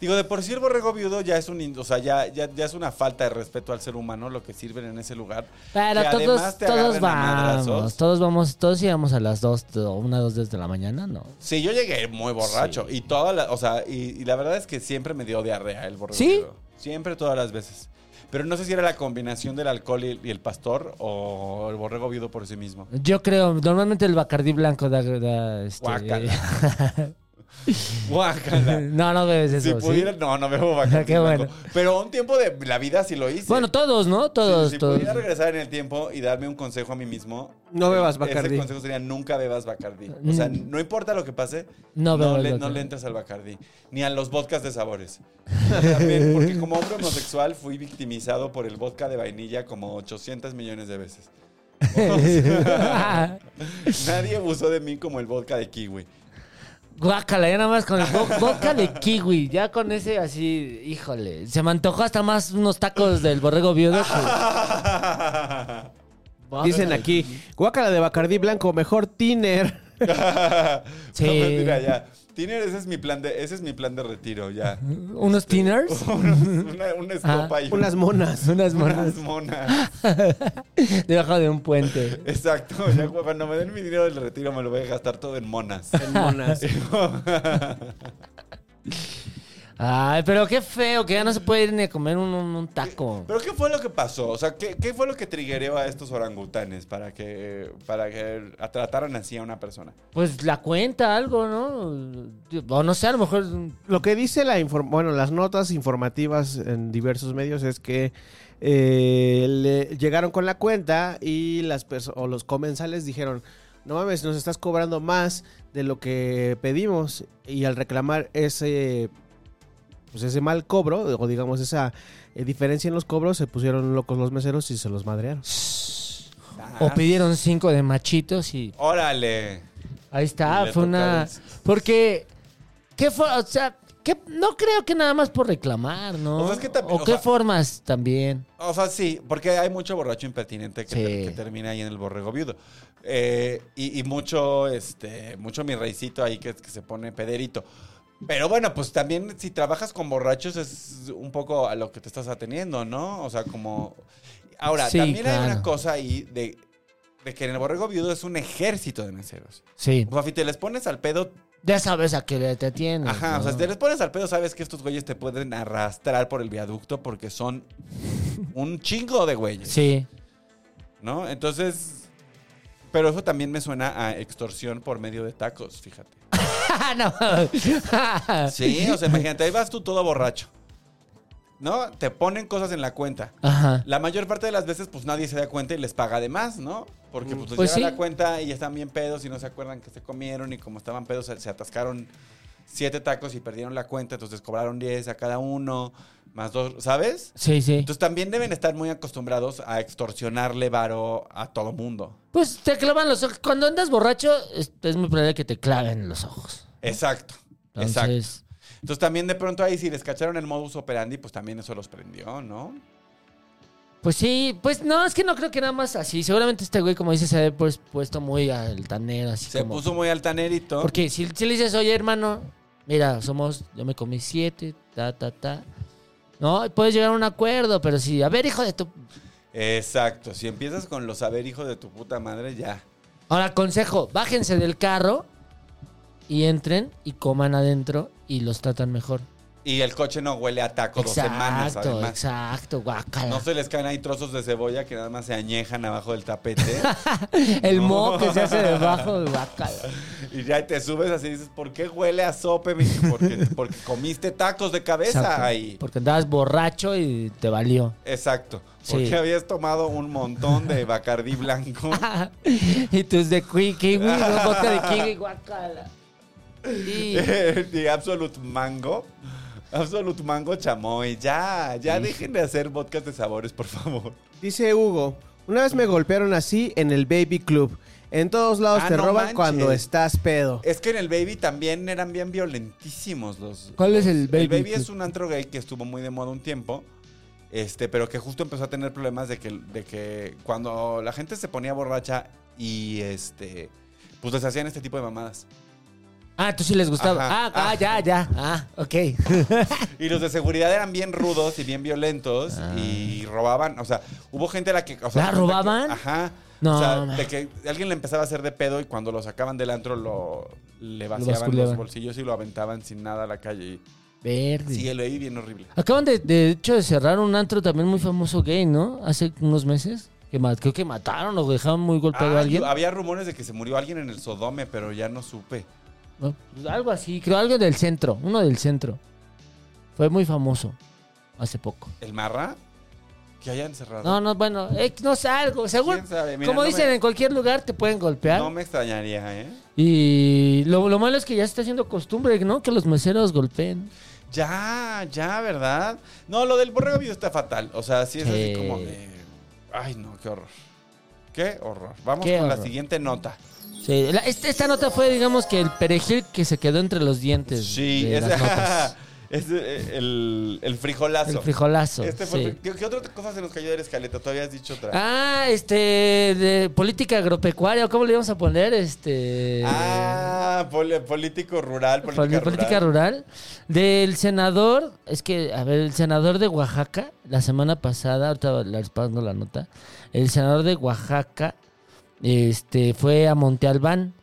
Digo, de por sí el borrego viudo ya es un, in- o sea, ya, ya, ya es una falta de respeto al ser humano lo que sirven en ese lugar. Pero que todos, además te todos agarren a vamos, madrazos. todos vamos, todos íbamos a las 2 o una, dos, tres de la mañana, ¿no? Sí, yo llegué muy borracho y toda la, o sea, y, y la verdad es que siempre me dio diarrea el borrego ¿Sí? viudo. Siempre, todas las veces. Pero no sé si era la combinación del alcohol y, y el pastor o el borrego viudo por sí mismo. Yo creo, normalmente el Bacardí blanco da... da, este, Guácala. Guácala. no, no bebes Si eso, ¿sí? pudiera, no, no bebo Bacardí Qué bueno. blanco. Pero un tiempo de la vida sí lo hice. Bueno, todos, ¿no? Todos, si, si todos. pudiera regresar en el tiempo y darme un consejo a mí mismo. No bebas Mm. Ese Bacardí. consejo sería nunca bebas Bacardí. O sea, no importa lo que pase, No no, bebas le, no Bacardí. le entras al Bacardí. Ni a los vodkas de sabores. También, porque como hombre homosexual fui victimizado por el vodka de vainilla como 800 millones de veces. O sea, nadie abusó de mí como el vodka de kiwi. Guácala, ya nada más con el vo- vodka de kiwi, ya con ese así, híjole. Se me antojó hasta más unos tacos del borrego viudo. que- Dicen aquí, guácala de Bacardí Blanco, mejor tiner. Sí. No, mentira, ya. Tiner, ese es mi plan de, ese es mi plan de retiro, ya. ¿Unos tinners? Unos- una, una estopa y un- Ah, Unas monas. Unas monas Este, unas monas. debajo de un puente. Exacto. Ya, güey, cuando me den mi dinero del retiro me lo voy a gastar todo en monas. En monas. Ay, pero qué feo, que ya no se puede ir ni a comer un, un- un taco. ¿Pero qué fue lo que pasó? O sea, ¿qué, qué fue lo que triguereó a estos orangutanes para que, para que trataran así a una persona? Pues la cuenta, algo, ¿no? O no sé, a lo mejor... Lo que dice la inform- bueno, las notas informativas en diversos medios es que eh, le llegaron con la cuenta y las perso- o los comensales dijeron, no mames, nos estás cobrando más de lo que pedimos y al reclamar ese pues ese mal cobro o digamos esa eh, diferencia en los cobros se pusieron locos los meseros y se los madrearon. O Ah. pidieron cinco de machitos y ¡Órale! Ahí Y está, le fue una. tocaron. Porque. ¿Qué fue? O sea, ¿qué- no creo que nada más por reclamar, ¿no? O sea, es que también- ¿O o qué sea- formas también. O sea, sí, porque hay mucho borracho impertinente que, Sí. ter- que termina ahí en el borrego viudo. Eh, y, y mucho, este, mucho mi reycito ahí que, que se pone pederito. Pero bueno, pues también si trabajas con borrachos es un poco a lo que te estás ateniendo, ¿no? O sea, como... Ahora, Sí, también hay claro. una cosa ahí de, de que en el borrego viudo es un ejército de meseros. Sí. O sea, si te les pones al pedo, Ya sabes a qué le te atiendes. Ajá, ¿no? o sea, si te les pones al pedo, sabes que estos güeyes te pueden arrastrar por el viaducto porque son un chingo de güeyes, Sí. ¿no? Entonces, pero eso también me suena a extorsión por medio de tacos, fíjate. no. Sí, o sea, imagínate, ahí vas tú todo borracho, ¿no? Te ponen cosas en la cuenta. Ajá. La mayor parte de las veces, pues nadie se da cuenta y les paga de más, ¿no? Porque pues, les Pues llega sí. la cuenta y ya están bien pedos y no se acuerdan que se comieron y como estaban pedos se, se atascaron siete tacos y perdieron la cuenta, entonces cobraron 10 a cada uno, más dos, ¿sabes? Sí, sí. Entonces también deben estar muy acostumbrados a extorsionarle varo a todo mundo. Pues te clavan los ojos. Cuando andas borracho, es, es muy probable que te claven los ojos. Exacto. Exacto. Entonces. Entonces también de pronto ahí si les cacharon el modus operandi, pues también eso los prendió, ¿no? Pues sí, pues no, es que no creo que nada más así. Seguramente este güey, como dices, se ha pues, puesto muy altanero, así Se como- puso muy altanerito. Porque si, si le dices, oye, hermano, mira, somos, yo me comí siete, ta, ta, ta. No, puedes llegar a un acuerdo, pero si, a ver, hijo de tu... Exacto. Si empiezas con los saber, hijo de tu puta madre, ya. Ahora, consejo, bájense del carro y entren y coman adentro y los tratan mejor. Y el coche no huele a taco dos semanas, Exacto, además. exacto, guácala. No se les caen ahí trozos de cebolla que nada más se añejan abajo del tapete. El No. moho que se hace debajo, guácala. y ya te subes así y dices, ¿por qué huele a sope? mi-?" Porque, porque comiste tacos de cabeza Exacto, ahí. Porque andabas borracho y te valió. Exacto. Sí. Porque habías tomado un montón de bacardí blanco. y tus de kiwi, kiwi, no, vodka de kiwi, guácala. Sí. de Absolute Mango. Absolute Mango chamoy. Ya, ya dejen de hacer vodkas de sabores, por favor. Dice Hugo, una vez me golpearon así en el baby club. En todos lados Ah, te no roban manches. cuando estás pedo. Es que en el Baby también eran bien violentísimos los. ¿Cuál es el los- Baby? El Baby es un antro gay que estuvo muy de moda un tiempo. Este, pero que justo empezó a tener problemas de que, de que cuando la gente se ponía borracha y este. Pues les hacían este tipo de mamadas. Ah, tú sí les gustaba. Ajá. Ah, ah, Ah. ya, ya. Ah, ok. Y los de seguridad eran bien rudos y bien violentos Ah. y robaban. O sea, hubo gente a la que. o sea, ¿La gente robaban? que- ajá. No, o sea, man. de que alguien le empezaba a hacer de pedo y cuando lo sacaban del antro lo le vaciaban basculeaban. los bolsillos y lo aventaban sin nada a la calle. Verde. Y sí, el ahí bien horrible. Acaban de, de hecho de cerrar un antro también muy famoso gay, ¿no? Hace unos meses. Que ma- creo que mataron o dejaron muy golpeado Ah, a alguien. yo- había rumores de que se murió alguien en el Sodome, pero ya no supe. No, pues, algo así, creo algo del centro, uno del centro. Fue muy famoso hace poco. ¿El Marra? Que hayan cerrado. No, no, bueno, eh, no sé, algo, según. ¿Quién sabe? Mira, como no dicen, me- en cualquier lugar te pueden golpear. No me extrañaría, ¿eh? Y lo, lo malo es que ya se está haciendo costumbre, ¿no? Que los meseros golpeen. Ya, ya, ¿verdad? No, lo del borrego video está fatal. O sea, sí es así Sí. como de. Ay, no, qué horror. Qué horror. Vamos Qué con la horror. siguiente nota. Sí, la- este- esta nota fue, digamos, que el perejil que se quedó entre los dientes. Sí, de es, las notas. es, eh, el, el frijolazo. El frijolazo. Este fue el sí. fri- ¿Qué, qué otra cosa se nos cayó de la escaleta? Tú habías dicho otra. Ah, este, de política agropecuaria, ¿cómo le íbamos a poner? Este. Ah, pol- político rural, política, Pol- rural. política rural. Del senador, es que, a ver, el senador de Oaxaca, la semana pasada, ahorita les paso la nota, el senador de Oaxaca este, fue a Monte Albán,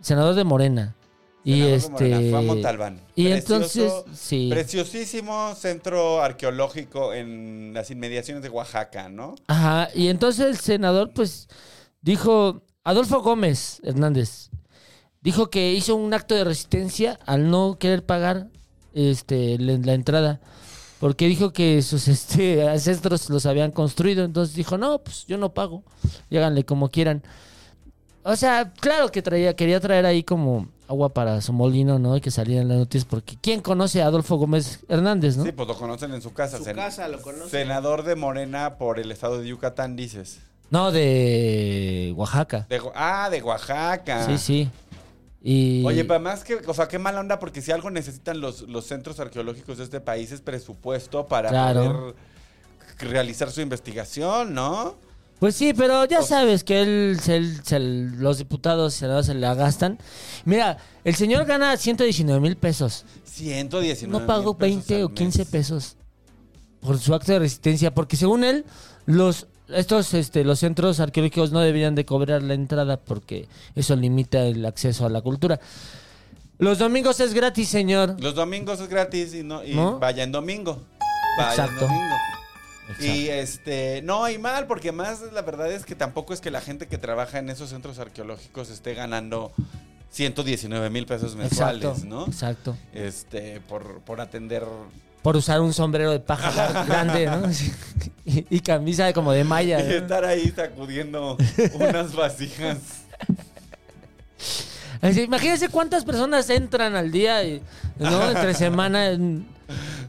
senador de Morena. Y Senador de este. Morena, fue a Montalbán. Y Precioso, entonces, sí. Preciosísimo centro arqueológico en las inmediaciones de Oaxaca, ¿no? Ajá, y entonces el senador, pues, dijo, Adolfo Gómez Hernández, dijo que hizo un acto de resistencia al no querer pagar este, la, la entrada, porque dijo que sus este, ancestros los habían construido, entonces dijo, no, pues yo no pago, y háganle como quieran. O sea, claro que traía, quería traer ahí como agua para su molino, ¿no? Y que salieran las noticias, porque ¿quién conoce a Adolfo Gómez Hernández, no? Sí, pues lo conocen en su casa. Su sen- casa lo conoce. Senador de Morena por el estado de Yucatán, dices. No, de Oaxaca. De Oa- ah, de Oaxaca. Sí, sí. Y... Oye, pero más que, o sea, qué mala onda, porque si algo necesitan los, los centros arqueológicos de este país es presupuesto para Claro. poder realizar su investigación, ¿no? Pues sí, pero ya O- sabes que él, se- él- se- los diputados y senadores se la gastan. Mira, el señor gana 119 mil pesos. 119. No pagó 20 o 15 pesos por su acto de resistencia, porque según él, los estos este, los centros arqueológicos no deberían de cobrar la entrada porque eso limita el acceso a la cultura. Los domingos es gratis, señor. Los domingos es gratis y, no, y ¿No? vaya en domingo. Vaya Exacto. en domingo. Y este, no, y mal, porque más la verdad es que tampoco es que la gente que trabaja en esos centros arqueológicos esté ganando 119 mil pesos mensuales, Exacto, ¿no? Exacto. Este, por, por atender. Por usar un sombrero de paja gar- grande, ¿no? y, y camisa de- como de Y malla. ¿no? estar ahí sacudiendo unas vasijas. Así, imagínense cuántas personas entran al día, y, ¿no? Entre semana. en-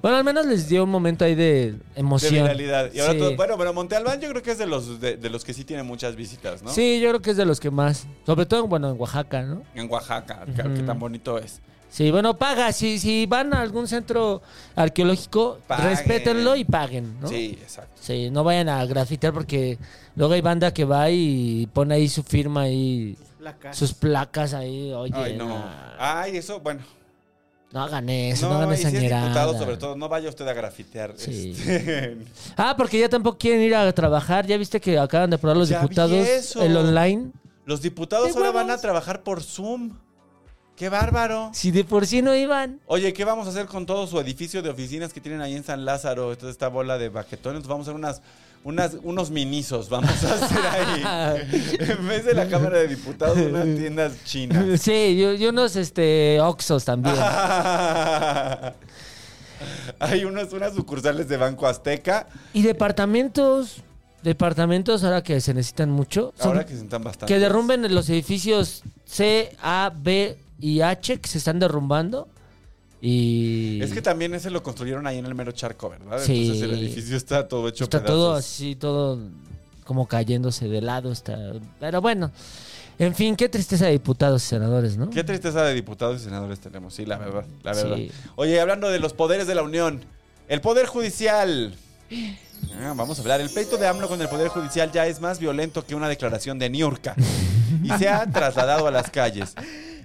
Bueno, al menos les dio un momento ahí de De emoción. viralidad. Y ahora sí. todo- bueno, pero Monte Albán yo creo que es de los, de, de los que sí tiene muchas visitas, ¿no? Sí, yo creo que es de los que más. Sobre todo, bueno, en Oaxaca, ¿no? En Oaxaca, que- que tan bonito es. Sí, bueno, paga. Si, si van a algún centro arqueológico, Paguen. respétenlo y paguen, ¿no? Sí, exacto. Sí, no vayan a grafitar porque luego hay banda que va y pone ahí su firma y Placas. sus placas ahí. Oye, Ay, no. no, Ay, eso, bueno. no hagan eso, no, hagan y si esa es diputado, ñerada. sobre todo, no vaya usted a grafitear. Sí. este, Ah, porque ya tampoco quieren ir a trabajar. ¿Ya viste que acaban de probar los Ya vi diputados eso. el online? Los diputados ahora van a trabajar por Zoom. ¡Qué bárbaro! Si de por sí no iban. Oye, ¿qué vamos a hacer con todo su edificio de oficinas que tienen ahí en San Lázaro? Esta, esta bola de baquetones. Vamos a hacer unas, unas, unos minizos. Vamos a hacer ahí. en vez de la Cámara de Diputados, unas tiendas chinas. Sí, yo, yo unos este, Oxos también. Hay unos, unas sucursales de Banco Azteca. Y departamentos, departamentos ahora que se necesitan mucho, son- Ahora que se están que, bastante. derrumben los edificios C, A, B y H que se están derrumbando. Y Es que también ese lo construyeron ahí en el mero charco, ¿verdad? Sí. Entonces el edificio está todo hecho está pedazos. todo así, todo como cayéndose de lado. Está... Pero bueno, en fin, qué tristeza de diputados y senadores, ¿no? Qué tristeza de diputados y senadores tenemos, sí, la verdad, la Sí. verdad. Oye, hablando de los poderes de la Unión, el Poder Judicial. Ah, vamos a hablar. El pleito de AMLO con el Poder Judicial ya es más violento que una declaración de Niurka y se ha trasladado a las calles,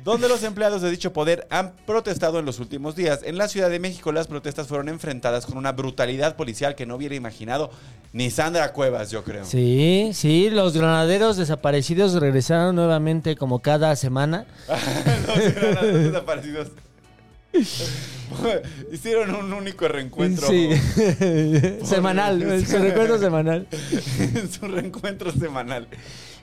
donde los empleados de dicho poder han protestado en los últimos días. En la Ciudad de México las protestas fueron enfrentadas con una brutalidad policial que no hubiera imaginado ni Sandra Cuevas, yo creo. Sí, sí, los granaderos desaparecidos regresaron nuevamente como cada semana. Los granados desaparecidos. Hicieron un único reencuentro. Sí. semanal, su recuerdo semanal. en su reencuentro semanal.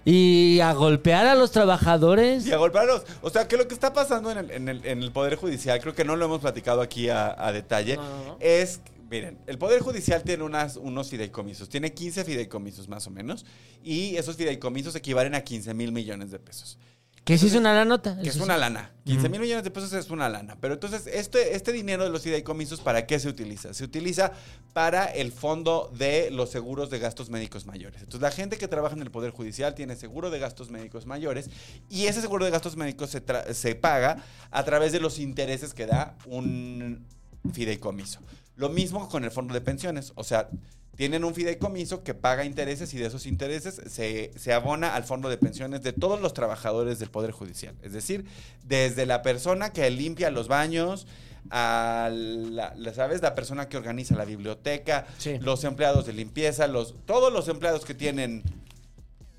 Y a golpear a los Y trabajadores. a golpearlos. O sea, que lo que está pasando en el, en el- en el Poder Judicial, creo que no lo hemos platicado aquí a, a detalle, es, miren, el Poder Judicial tiene unas, unos fideicomisos, tiene 15 fideicomisos más o menos, y esos fideicomisos equivalen a 15 mil millones de pesos. Que sí es una la nota. Que es una lana. 15 mil millones de pesos es una lana. Pero entonces, este, este dinero de los fideicomisos, ¿para qué se utiliza? Se utiliza para el fondo de los seguros de gastos médicos mayores. Entonces, la gente que trabaja en el Poder Judicial tiene seguro de gastos médicos mayores y ese seguro de gastos médicos se, tra- se paga a través de los intereses que da un fideicomiso. Lo mismo con el fondo de pensiones. O sea, tienen un fideicomiso que paga intereses y de esos intereses se, se abona al fondo de pensiones de todos los trabajadores del Poder Judicial. Es decir, desde la persona que limpia los baños, a la, la- ¿sabes? La persona que organiza la biblioteca, Sí. los empleados de limpieza, los, todos los empleados que tienen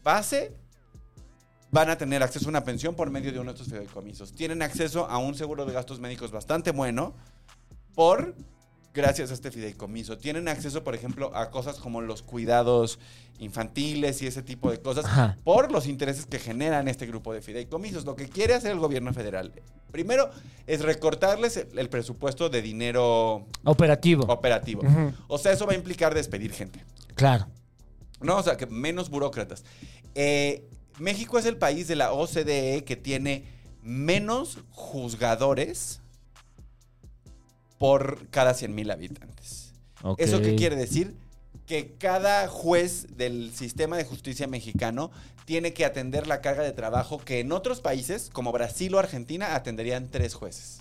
base van a tener acceso a una pensión por medio de uno de estos fideicomisos. Tienen acceso a un seguro de gastos médicos bastante bueno por gracias a este fideicomiso. Tienen acceso, por ejemplo, a cosas como los cuidados infantiles y ese tipo de cosas Ajá. por los intereses que generan este grupo de fideicomisos. Lo que quiere hacer el gobierno federal, primero, es recortarles el, el presupuesto de dinero Operativo. operativo. Oh. Ujú. O sea, eso va a implicar despedir gente. Claro. No, o sea, que menos burócratas. Eh, México es el país de la OCDE E que tiene menos juzgadores por cada 100.000 habitantes. Ok. ¿Eso qué quiere decir? Que cada juez del sistema de justicia mexicano tiene que atender la carga de trabajo que en otros países, como Brasil o Argentina, atenderían tres jueces.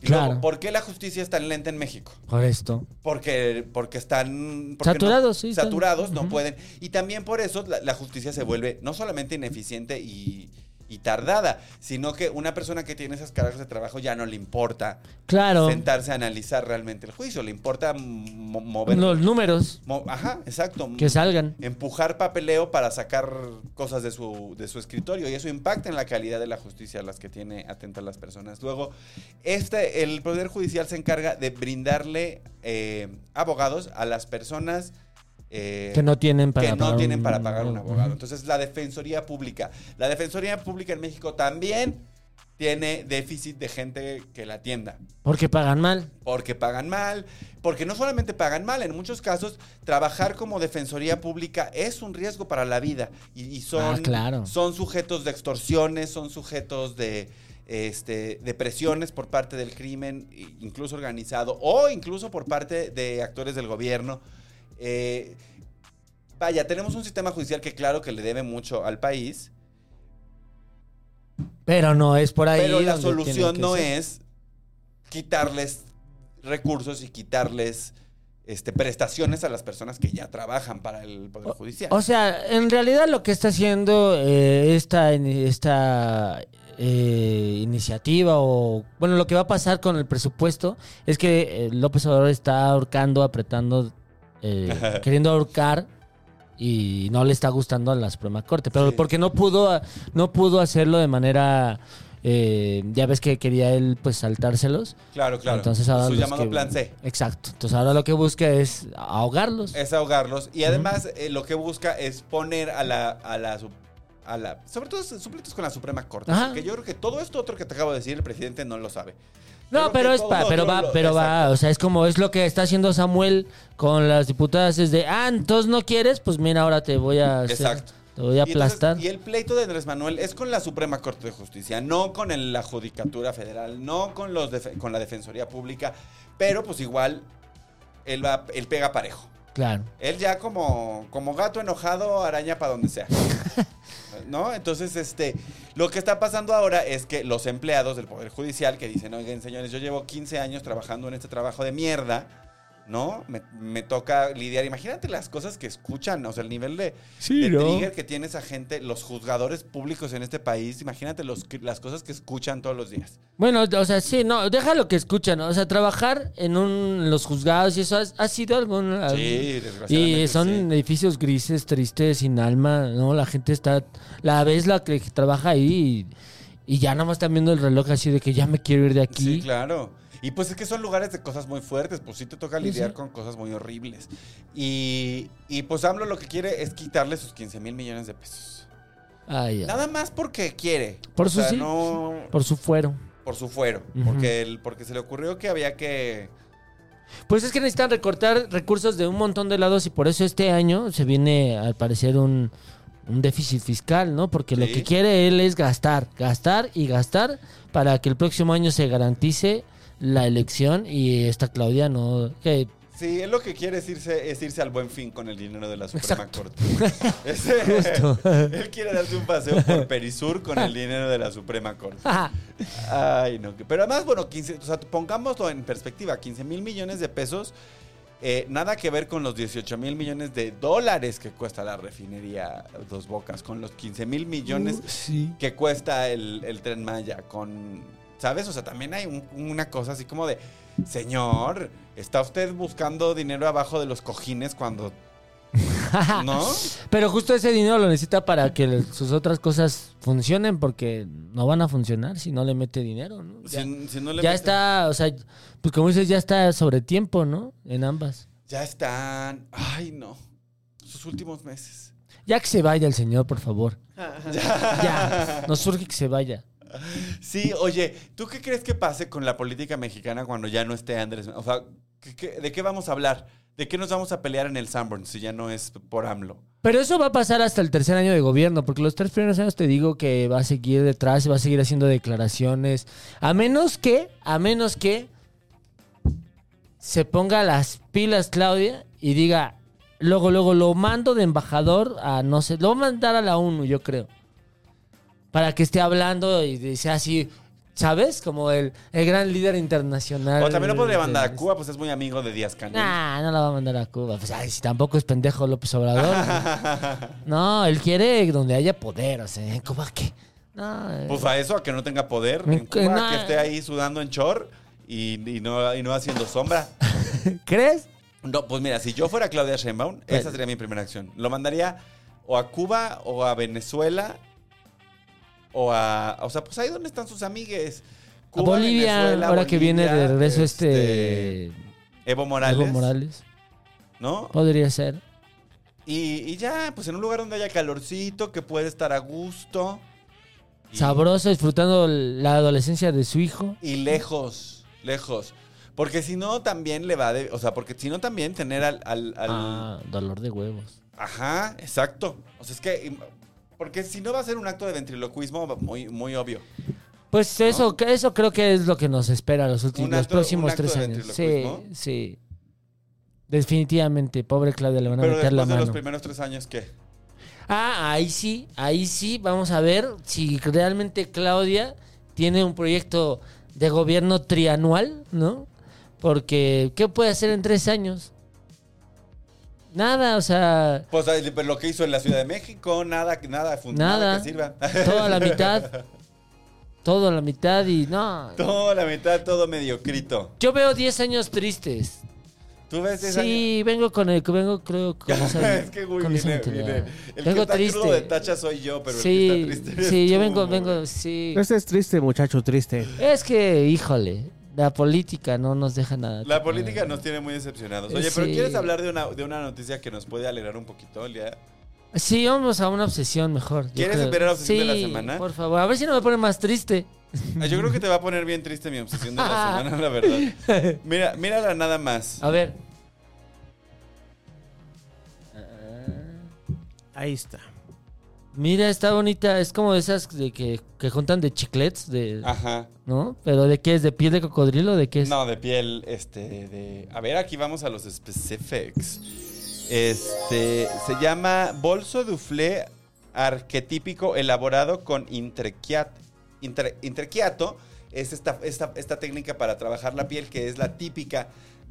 Y luego, Claro. ¿Por qué la justicia es tan lenta en México? Por esto. Porque, porque están... porque no- Saturados, sí, están- Saturados, no Ujú. pueden. Y también por eso la, la justicia se vuelve no solamente ineficiente y, y tardada, sino que una persona que tiene esas cargas de trabajo ya no le importa Claro. sentarse a analizar realmente el juicio, le importa mo- mover... Los números mo- ajá, exacto. que salgan. Empujar papeleo para sacar cosas de su, de su escritorio y eso impacta en la calidad de la justicia a las que tiene atentas las personas. Luego, este, el Poder Judicial se encarga de brindarle eh, abogados a las personas eh, Que no tienen para que no pagar tienen un- para pagar un abogado. Ujú. Entonces, la Defensoría Pública. La Defensoría Pública en México también tiene déficit de gente que la atienda Porque pagan mal. porque pagan mal, porque no solamente pagan mal, en muchos casos trabajar como defensoría pública es un riesgo para la vida y, y son, Ah, claro. son sujetos de extorsiones, son sujetos de, este, de presiones por parte del crimen, i- incluso organizado, o incluso por parte de actores del gobierno. Eh, vaya, tenemos un sistema judicial que claro que le debe mucho al país, Pero no es por ahí. pero la donde tiene solución que no ser. es quitarles recursos y quitarles este, prestaciones a las personas que ya trabajan para el Poder Judicial. O sea, en realidad lo que está haciendo eh, esta, ini- esta eh, iniciativa o, bueno, lo que va a pasar con el presupuesto es que eh, López Obrador está ahorcando, apretando, eh, queriendo ahorcar y no le está gustando a la Suprema Corte, pero Sí. porque no pudo, no pudo hacerlo de manera... eh, ya ves que quería él pues saltárselos. claro, claro. Entonces ahora Su los llamado que- plan C. Eh, Exacto. Entonces ahora lo que busca es ahogarlos. Es ahogarlos. Y además eh, lo que busca es poner a la, a la, su- a la- sobre todo supletos con la Suprema Corte. Ajá. Porque yo creo que todo esto otro que te acabo de decir, el presidente no lo sabe. No, Creo pero que es todo pa- lo pero otro va, lo- pero va, exacto. o sea, es como es lo que está haciendo Samuel con las diputadas, es de, ah, entonces no quieres, pues mira, ahora te voy a hacer- Exacto. te voy a Y entonces- aplastar. Y, el pleito de Andrés Manuel es con la Suprema Corte de Justicia, no con el- la Judicatura Federal, no con, los defe- con la Defensoría Pública, pero pues igual él, va, él pega parejo. Claro. Él ya como, como gato enojado araña para donde sea. ¿No? Entonces, este, lo que está pasando ahora es que los empleados del Poder Judicial que dicen, oigan, señores, yo llevo 15 años trabajando en este trabajo de mierda, ¿no? Me, me toca lidiar. Imagínate las cosas que escuchan, o sea, el nivel de, de trigger que tiene esa gente, los juzgadores públicos en este país, imagínate los, que- las cosas que escuchan todos los días. Bueno, o sea, sí, no, deja lo que escuchan, ¿no? o sea, trabajar en un en los juzgados y eso ha, ha sido algún Sí, desgraciadamente. Ah, Y son sí. edificios grises, tristes, sin alma, ¿no? La gente está. La ves la que trabaja ahí y, y ya nada más están viendo el reloj así de que ya me quiero ir de aquí. Sí, claro. Y pues es que son lugares de cosas muy fuertes, pues sí te toca Sí, lidiar sí. con cosas muy horribles. Y, y pues AMLO lo que quiere es quitarle sus 15 mil millones de pesos. Ay, ay. Nada más porque quiere. Por O su sea, sí. no por, Por su fuero. su fuero. Ujú. porque, el- porque se le ocurrió que había que... Pues es que necesitan recortar recursos de un montón de lados y por eso este año se viene al parecer un, un déficit fiscal, ¿no? Porque lo Sí. que quiere él es gastar, gastar y gastar para que el próximo año se garantice la elección y esta Claudia no... Que, Sí, él lo que quiere es irse, es irse al buen fin con el dinero de la Suprema Exacto. Corte. Ese- él quiere darse un paseo por Perisur con el dinero de la Suprema Corte. Ay, no. que- Pero además, bueno, 15, o sea, pongámoslo en perspectiva, 15 mil millones de pesos, eh, nada que ver con los 18 mil millones de dólares que cuesta la refinería Dos Bocas, con los 15 mil millones que cuesta el, el tren Maya, con, ¿sabes? O sea, también hay un- una cosa así como de, señor, ¿está usted buscando dinero abajo de los cojines cuando... ¿No? Pero justo ese dinero lo necesita para que el- sus otras cosas funcionen porque no van a funcionar si no le mete dinero, ¿no? Ya, Si- si no le ya mete- está, o sea, pues como dices, ya está sobre tiempo, ¿no? En ambas. Ya están... Ay, no. Sus últimos meses. Ya que se vaya el señor, por favor. Ya. Nos surge que se vaya. Sí, oye, ¿tú qué crees que pase con la política mexicana cuando ya no esté Andrés? O sea, ¿qué- qué- ¿de qué vamos a hablar? ¿De qué nos vamos a pelear en el Sanborn si ya no es por AMLO? Pero eso va a pasar hasta el tercer año de gobierno, porque los tres primeros años te digo que va a seguir detrás, va a seguir haciendo declaraciones. A menos que, a menos que se ponga las pilas Claudia y diga, luego, luego lo mando de embajador a no sé, lo va a mandar a la ONU, yo creo. Para que esté hablando y sea así, ¿sabes? Como el, el gran líder internacional. O también lo podría mandar a del- Cuba, pues es muy amigo de Díaz Canel. Nah, no la va a mandar a Cuba. Pues, ay, si tampoco es pendejo López Obrador. no, él quiere donde haya poder. O sea, en Cuba, ¿qué? No, eh, Pues a eso, a que no tenga poder Me- en Cuba, no. que esté ahí sudando en chor y, y no, y no haciendo sombra. ¿crees? No, pues mira, si yo fuera Claudia Sheinbaum, esa sería mi primera acción. Lo mandaría o a Cuba o a Venezuela o a... O sea, pues ahí donde están sus amigues. A Cuba, Bolivia, Venezuela, ahora que viene de Bolivia, regreso este. Evo Morales, Evo Morales. Pues ¿no? Podría ser. Y, y ya, pues en un lugar donde haya calorcito, que puede estar a gusto. Y- Sabroso, disfrutando la adolescencia de su hijo. Y lejos, lejos. Porque si no, también le va de... O sea, porque si no, también tener al... al- al- Ah, dolor de huevos. Ajá, exacto. O sea, es que... im- Porque si no va a ser un acto de ventriloquismo muy, muy obvio. Pues eso, eso creo que es lo que nos espera los últimos, Un acto- los próximos un acto tres de años. Sí, ventriloquismo. sí. Definitivamente, pobre Claudia, le van a Pero meter después la de mano. los primeros tres años, ¿qué? Ah, ahí sí, ahí sí, vamos a ver si realmente Claudia tiene un proyecto de gobierno trianual, ¿no? Porque, ¿qué puede hacer en tres años? Nada, o sea, Pues ahí, pero lo que hizo en la Ciudad de México, nada, Pues nada, fun- Nada. que sirva. toda la mitad. Todo a la mitad y no. Todo la mitad, todo mediocrito. Yo veo 10 años tristes. ¿Tú ves esa? Sí, vengo con el. Vengo, creo, con esa- es que güey, con esa viene, mentalidad. viene. El que Vengo está triste. crudo de tacha soy yo, pero el sí, que está triste eres sí, yo tú, vengo, güey. vengo, sí. Este es triste, muchacho, triste. Es que, híjole, la política no nos deja nada. La política nos tiene muy decepcionados. Oye, pero Sí. ¿quieres hablar de una, de una noticia que nos puede alegrar un poquito el día? Sí, vamos a una obsesión mejor. yo ¿Quieres creo. ver la obsesión Sí, de la semana? Por favor, a ver si no me pone más triste. Ah, Yo creo que te va a poner bien triste mi obsesión de la semana, la verdad. Mira, mírala nada más. A ver. Ahí está. Ah, Mira, está bonita. Es como de esas de que, que juntan de chiclets, de, Ajá. ¿no? Pero ¿de qué es? ¿De piel de cocodrilo? ¿De qué es? Ah. No, de piel, este, de... A ver, aquí vamos a los specifics. Este, se llama bolso duflé arquetípico elaborado con intrequiat- intre- intrequiato. Es esta, esta, esta técnica para trabajar la piel que es la típica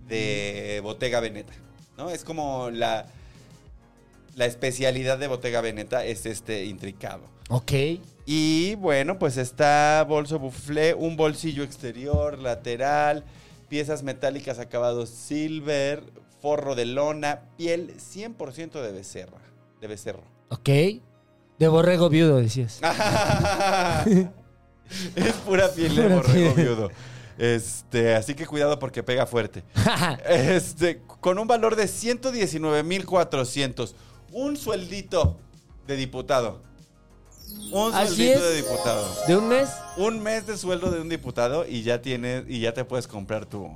de Bottega Veneta, ¿no? Es como la, la especialidad de Bottega Veneta es este intricado. Ok. Y bueno, pues está bolso buflé, un bolsillo exterior, lateral, piezas metálicas acabados silver, forro de lona, piel 100% de becerra. De becerro. Ok. De borrego viudo, decías. es pura piel de Pura borrego piel. viudo. Este, así que cuidado porque pega fuerte. Este, con un valor de 119,400. Un sueldito de diputado. Un Así sueldito es. de diputado. ¿De un mes? Un mes de sueldo de un diputado y ya tienes y ya te puedes comprar tu.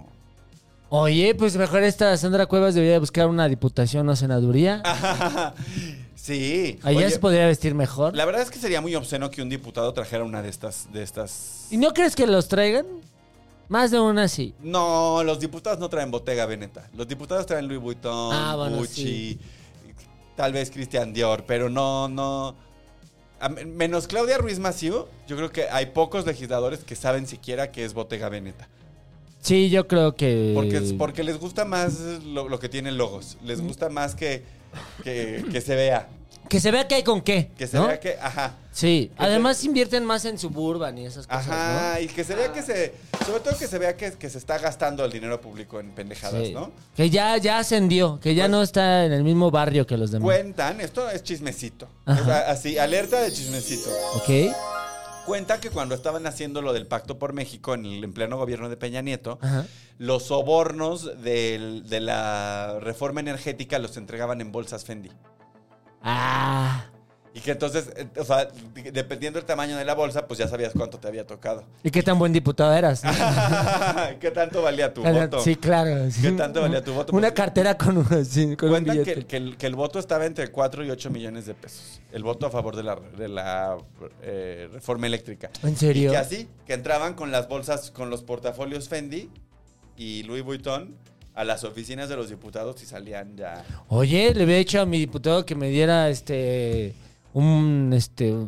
Oye, pues mejor esta Sandra Cuevas debería buscar una diputación o senaduría. sí. Allá Oye, se podría vestir mejor. La verdad es que sería muy obsceno que un diputado trajera una de estas de estas. ¿Y no crees que los traigan? Más de una sí. No, los diputados no traen Bottega Veneta. Los diputados traen Louis Vuitton, Ah, bueno, Gucci, tal vez Christian Dior, pero no, no. A men- menos Claudia Ruiz Massieu, yo creo que hay pocos legisladores que saben siquiera que es Bottega Veneta. Sí, yo creo que. Porque, porque les gusta más lo, lo que tiene logos. Les gusta más que, que, que se vea. Que se vea que hay con qué. Que se ¿no? vea que. Ajá. Sí. que se- Además invierten más en suburban y esas cosas. Ajá. ¿no? Y que se vea que se. Sobre todo que se vea que, que se está gastando el dinero público en pendejadas, Sí. ¿no? Que ya, ya ascendió, que ya Pues- no está en el mismo barrio que los demás. Cuentan, esto es chismecito. Ajá. O sea, así, alerta de chismecito. ok. Cuenta que cuando estaban haciendo lo del Pacto por México en, el, en pleno gobierno de Peña Nieto, Ajá. los sobornos del- de la reforma energética los entregaban en bolsas Fendi. Ah. Y que entonces, eh, o sea, de- dependiendo del tamaño de la bolsa, pues ya sabías cuánto te había tocado. ¿Y qué tan buen diputado eras? no? ¿Qué tanto valía tu voto? Sí, claro. sí. ¿Qué tanto valía tu voto? Una Pues, cartera con, un- sí, con un Cuentan billete. que, que el, que el voto estaba entre 4 y 8 millones de pesos. El voto a favor de la, de la eh, reforma eléctrica. ¿En serio? Y que así, que entraban con las bolsas, con los portafolios Fendi y Louis Vuitton a las oficinas de los diputados y salían ya. Oye, le había dicho a mi diputado que me diera este un este un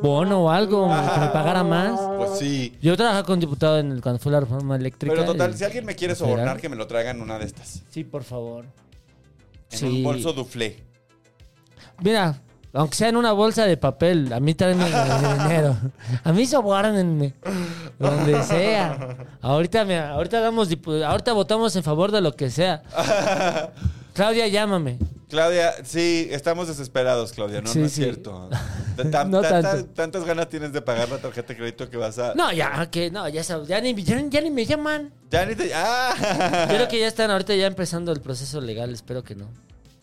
bono o algo que me pagara más. Pues sí. Yo trabajaba con diputado en el, cuando fue la reforma eléctrica. Pero total, y- si alguien me quiere federal. sobornar, que me lo traigan una de estas. Sí, por favor. En Sí. un bolso duflé. Mira, aunque sea en una bolsa de papel, a mí tráeme el dinero. A mí sobárdenme. Donde sea. Ahorita me, ahorita damos dipu- ahorita votamos en favor de lo que sea. Claudia, llámame. Claudia, sí, estamos desesperados, Claudia, no, Sí, no es sí. cierto. Ta- ta- No tanta- tanto. Tantas ganas tienes de pagar la tarjeta de crédito que vas a. No, ya que no, ya sab- ya ni, ya, ya ni me llaman. Ya ni te. ¡Ah! Yo creo que ya están ahorita ya empezando el proceso legal, espero que no.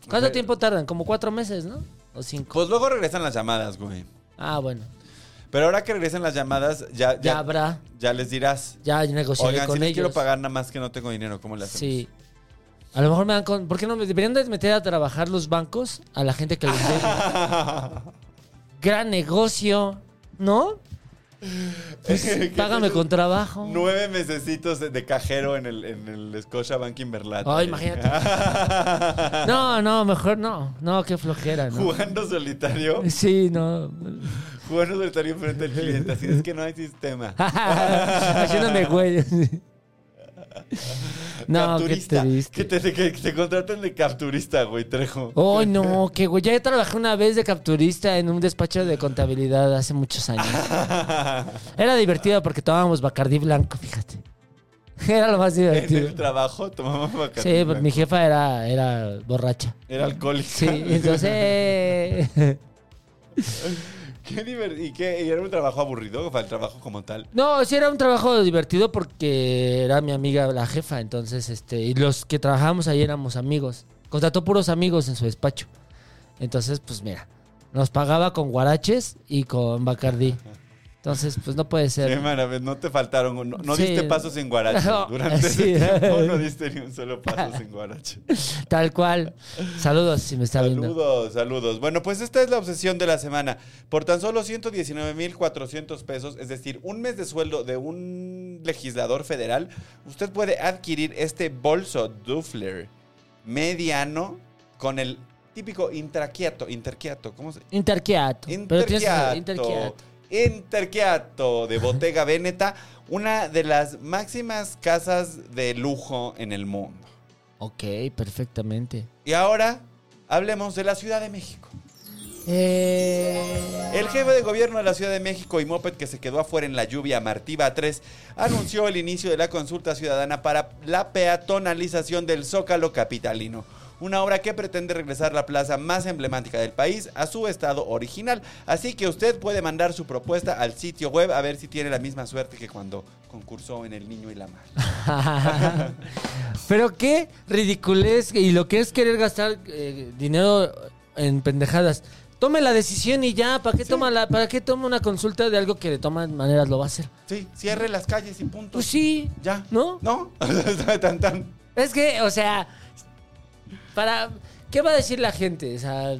¿Cuánto Ve- tiempo tardan? Como cuatro meses, ¿no? O cinco. Pues luego regresan las llamadas, güey. Ah, bueno. Pero ahora que regresan las llamadas, ya, Ya, ya, habrá. ya les dirás. Ya negociaré Oigan, con si les ellos. quiero pagar nada más que no tengo dinero, ¿cómo le hacemos? Sí. A lo mejor me dan con. ¿Por qué no me deberían de meter a trabajar los bancos a la gente que les debe? Gran negocio, ¿no? Pues, págame con trabajo. Nueve mesecitos de, de cajero en el, en el Scotiabank Inverlat. Ay, imagínate. No, no, mejor no. No, qué flojera, ¿no? Jugando solitario. Sí, no. Jugando solitario frente al cliente. Así es que no hay sistema. Haciéndome güey. No, qué capturista. triste. Oh. que, te, que te contraten de capturista, güey, Trejo. Ay, no, que güey. Ya trabajé una vez de capturista en un despacho de contabilidad hace muchos años. Era divertido porque tomábamos Bacardí blanco, fíjate. Era lo más en divertido. el trabajo tomábamos vacaciones. Sí, pues, mi jefa era, era borracha. Era alcohólica. Sí, entonces. Qué divertido. ¿Y qué? ¿Y era un trabajo aburrido? O sea, El trabajo como tal. No, sí era un trabajo divertido porque era mi amiga la jefa, entonces, este, y los que trabajábamos ahí éramos amigos. Contrató puros amigos en su despacho. Entonces, pues mira, nos pagaba con guaraches y con Bacardí. Entonces, pues no puede Qué ser. maravilla, no te faltaron, no, no Sí. diste pasos en guarache. No, Durante sí. ese tiempo no diste ni un solo paso en guarache. Tal cual. Saludos si me está viendo. Saludos, saludos. Bueno, pues esta es la obsesión de la semana. Por tan solo 119,400 pesos, es decir, un mes de sueldo de un legislador federal, usted puede adquirir este bolso Duffler mediano con el típico intraquiato, interquiato, ¿cómo se Interquiato. Pero tienes que- Interquiato. interquiato. Interquiato de Bottega Veneta, una de las máximas casas de lujo en el mundo. Ok, perfectamente. Y ahora hablemos de la Ciudad de México. Eh, El jefe de gobierno de la Ciudad de México y Moped que se quedó afuera en la lluvia Martiva 3 anunció el inicio de la consulta ciudadana para la peatonalización del Zócalo capitalino. Una obra que pretende regresar la plaza más emblemática del país a su estado original. Así que usted puede mandar su propuesta al sitio web a ver si tiene la misma suerte que cuando concursó en El Niño y la Mar. Pero qué ridiculez y lo que es querer gastar eh, dinero en pendejadas. Tome la decisión y ya, ¿para qué toma la, para qué toma una consulta de algo que de todas maneras lo va a hacer? Sí, cierre las calles y punto. Pues sí, Ya. ¿no? No. tan, tan. Es que, o sea, para ¿qué va a decir la gente? O sea,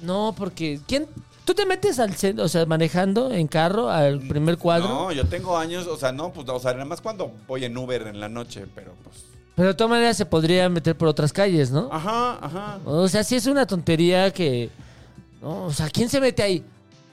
no, porque ¿quién tú te metes al centro, o sea, manejando en carro al primer cuadro? No, yo tengo años, o sea, no, pues, o sea, nada más cuando voy en Uber en la noche, pero pues. Pero de todas maneras se podría meter por otras calles, ¿no? Ajá, ajá. O sea, sí es una tontería que. No, o sea, ¿quién se mete ahí?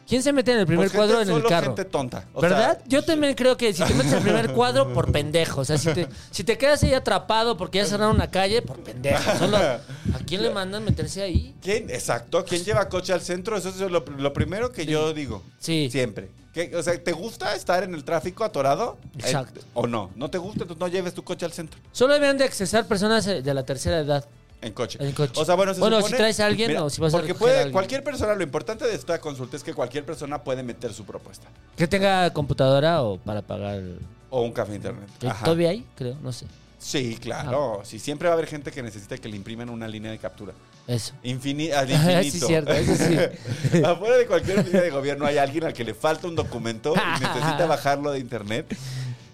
¿Quién se mete en el primer Pues, cuadro gente- en el solo carro? gente tonta. O ¿Verdad? sea, pues, Yo también creo que si te metes al primer cuadro, por pendejo. O sea, si te, si te quedas ahí atrapado porque ya cerraron una calle, por pendejo. Solo, ¿A quién le mandan meterse ahí? ¿quién, exacto, ¿quién lleva coche al centro? Eso es lo, lo primero que yo digo. Sí. Siempre. ¿Qué- o sea, ¿te gusta estar en el tráfico atorado? Eh, Exacto. ¿O no? ¿No te gusta? Entonces no lleves tu coche al centro. Solo deben de accesar personas eh, de la tercera edad. En coche. En coche. O sea, bueno, se Bueno, supone- si traes a alguien o si vas a Porque recoger puede, a alguien. cualquier persona, lo importante de esta consulta es que cualquier persona puede meter su propuesta. Que tenga computadora o para pagar. O un café internet. que Ajá. Todavía hay, creo, no sé. Sí, claro. Ah. Sí, siempre va a haber gente que necesita que le impriman una línea de captura. Eso. Infini al sí, infinito. cierto, eso sí. Afuera de cualquier oficina de gobierno hay alguien al que le falta un documento y necesita bajarlo de internet.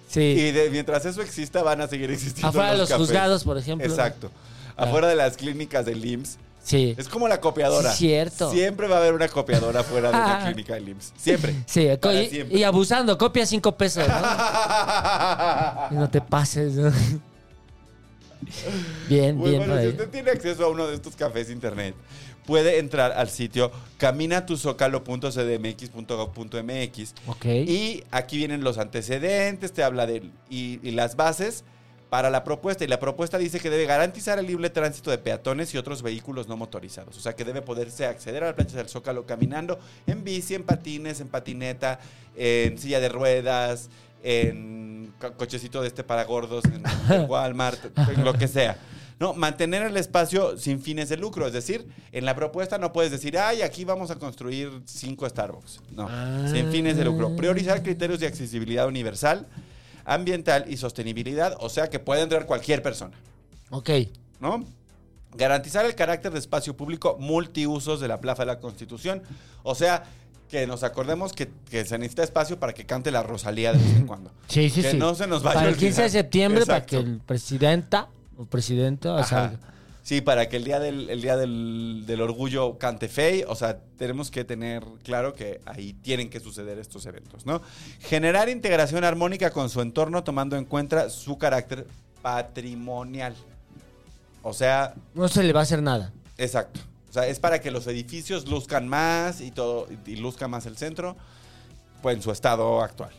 Sí. Y de- mientras eso exista, van a seguir existiendo. Afuera de los cafés. juzgados, por ejemplo. Exacto. Afuera de las clínicas del IMSS. Sí. Es como la copiadora. Sí, cierto. Siempre va a haber una copiadora afuera de la clínica del IMSS. Siempre. Sí, co- Para y, siempre. y abusando, copia cinco pesos, ¿no? Y no te pases, ¿no? Bien, Muy bien, bueno, por si ahí. usted tiene acceso a uno de estos cafés de internet, puede entrar al sitio caminatuzócalo.cdmx.gov.mx Ok. y aquí vienen los antecedentes, te habla de y, y las bases para la propuesta. Y la propuesta dice que debe garantizar el libre tránsito de peatones y otros vehículos no motorizados. O sea, que debe poderse acceder a la plancha del Zócalo caminando en bici, en patines, en patineta, en silla de ruedas, en co- cochecito de este para gordos, en en Walmart, en lo que sea. No, mantener el espacio sin fines de lucro. Es decir, en la propuesta no puedes decir, ay, aquí vamos a construir cinco Starbucks. No, Ah. sin fines de lucro. Priorizar criterios de accesibilidad universal, ambiental y sostenibilidad. O sea, que puede entrar cualquier persona, Ok. ¿no? Garantizar el carácter de espacio público multiusos de la Plaza de la Constitución. O sea, que nos acordemos que, que se necesita espacio para que cante la Rosalía de vez en cuando. Sí, sí, que sí. no se nos vaya para a el 15 de olvidar. septiembre, para que Exacto. el presidenta o presidenta o Ajá. salga. Sí, para que el día del, el día del, del orgullo cante fey, o sea, tenemos que tener claro que ahí tienen que suceder estos eventos, ¿no? Generar integración armónica con su entorno tomando en cuenta su carácter patrimonial. O sea, No se le va a hacer nada. exacto. O sea, es para que los edificios luzcan más y todo, y luzca más el centro. pues, en su estado actual.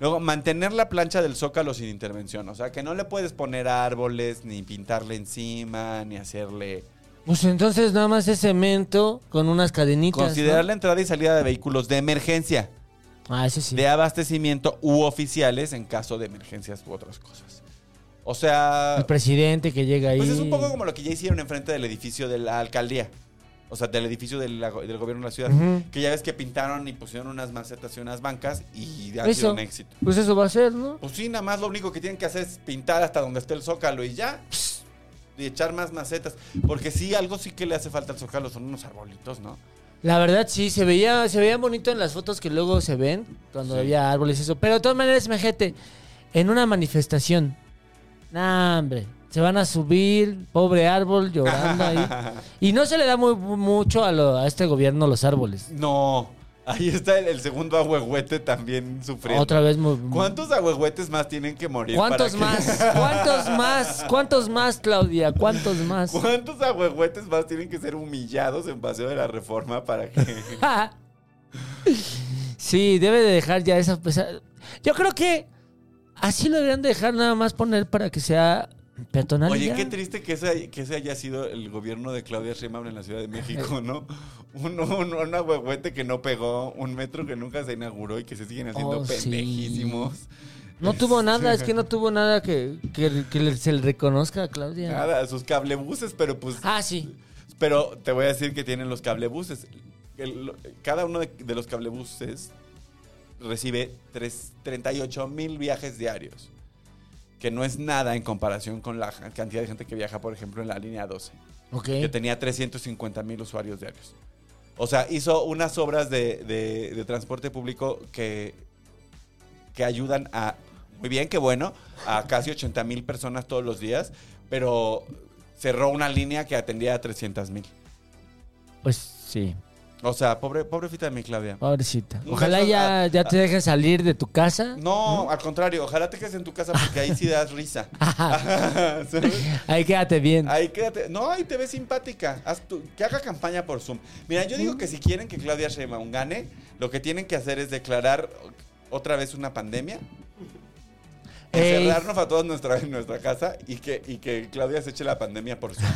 Luego, mantener la plancha del zócalo sin intervención. O sea, que no le puedes poner árboles, ni pintarle encima, ni hacerle... Pues entonces nada más es cemento con unas cadenitas. ¿no? Considerar la entrada y salida de vehículos de emergencia, Ah, eso sí. de abastecimiento u oficiales en caso de emergencias u otras cosas. O sea, El presidente que llega ahí. pues es un poco como lo que ya hicieron enfrente del edificio de la alcaldía. O sea, del edificio de la- del gobierno de la ciudad. Ujú. Que ya ves que pintaron y pusieron unas macetas y unas bancas y ha Eso. sido un éxito. Pues eso va a ser, ¿no? Pues sí, nada más lo único que tienen que hacer es pintar hasta donde esté el zócalo y ya. Y echar más macetas. Porque sí, algo sí que le hace falta al zócalo son unos arbolitos, ¿no? La verdad sí, se veía, se veía bonito en las fotos que luego se ven, cuando Sí. había árboles y eso. Pero de todas maneras, imagínate, en una manifestación, nah, hombre, se van a subir, pobre árbol, llorando ahí. Y no se le da muy, mucho a, lo- a este gobierno los árboles. No. Ahí está el, el segundo ahuehuete también sufriendo. Otra vez muy... ¿Cuántos ahuehuetes más tienen que morir? para ¿Cuántos que- más? ¿Cuántos más? ¿Cuántos más, Claudia? ¿Cuántos más? ¿Cuántos ahuehuetes más tienen que ser humillados en Paseo de la Reforma para que... sí, debe de dejar ya esa, esa- Yo creo que así lo deberían dejar nada más poner para que sea peatonal. y Oye, ya. qué triste que ese, que ese haya sido el gobierno de Claudia Sheinbaum en la Ciudad de México, ¿no? Un, un, un ahuehuete que no pegó, un metro que nunca se inauguró y que se siguen haciendo Oh, sí. pendejísimos. No tuvo nada, es que no tuvo nada que, que- que le- se le reconozca a Claudia. Nada, sus cablebuses, pero pues... Ah, sí. Pero te voy a decir que tienen los cablebuses. El- lo- cada uno de, de los cablebuses recibe tres- 38 mil viajes diarios, que no es nada en comparación con la ja- cantidad de gente que viaja, por ejemplo, en la línea 12. Ok. que tenía 350 mil usuarios diarios. O sea, hizo unas obras de, de- de transporte público que, que ayudan a, muy bien, qué bueno, a casi 80 mil personas todos los días, pero cerró una línea que atendía a 300 mil. Pues sí, O sea, pobre, pobre fita de mi Claudia. Oh. pobrecita. Un Ojalá beso ya, a- ya te a- dejen salir de tu casa. No, al contrario, ojalá te quedes en tu casa porque ahí sí das risa. ¿Sabes? Ahí quédate bien. Ahí quédate. No, ahí te ves simpática. Haz tu- que haga campaña por Zoom. Mira, yo digo que si quieren que Claudia Sheinbaum gane, lo que tienen que hacer es declarar otra vez una pandemia. Ey. Encerrarnos a todos en nuestra, en nuestra casa y que, y que Claudia se eche la pandemia por Zoom.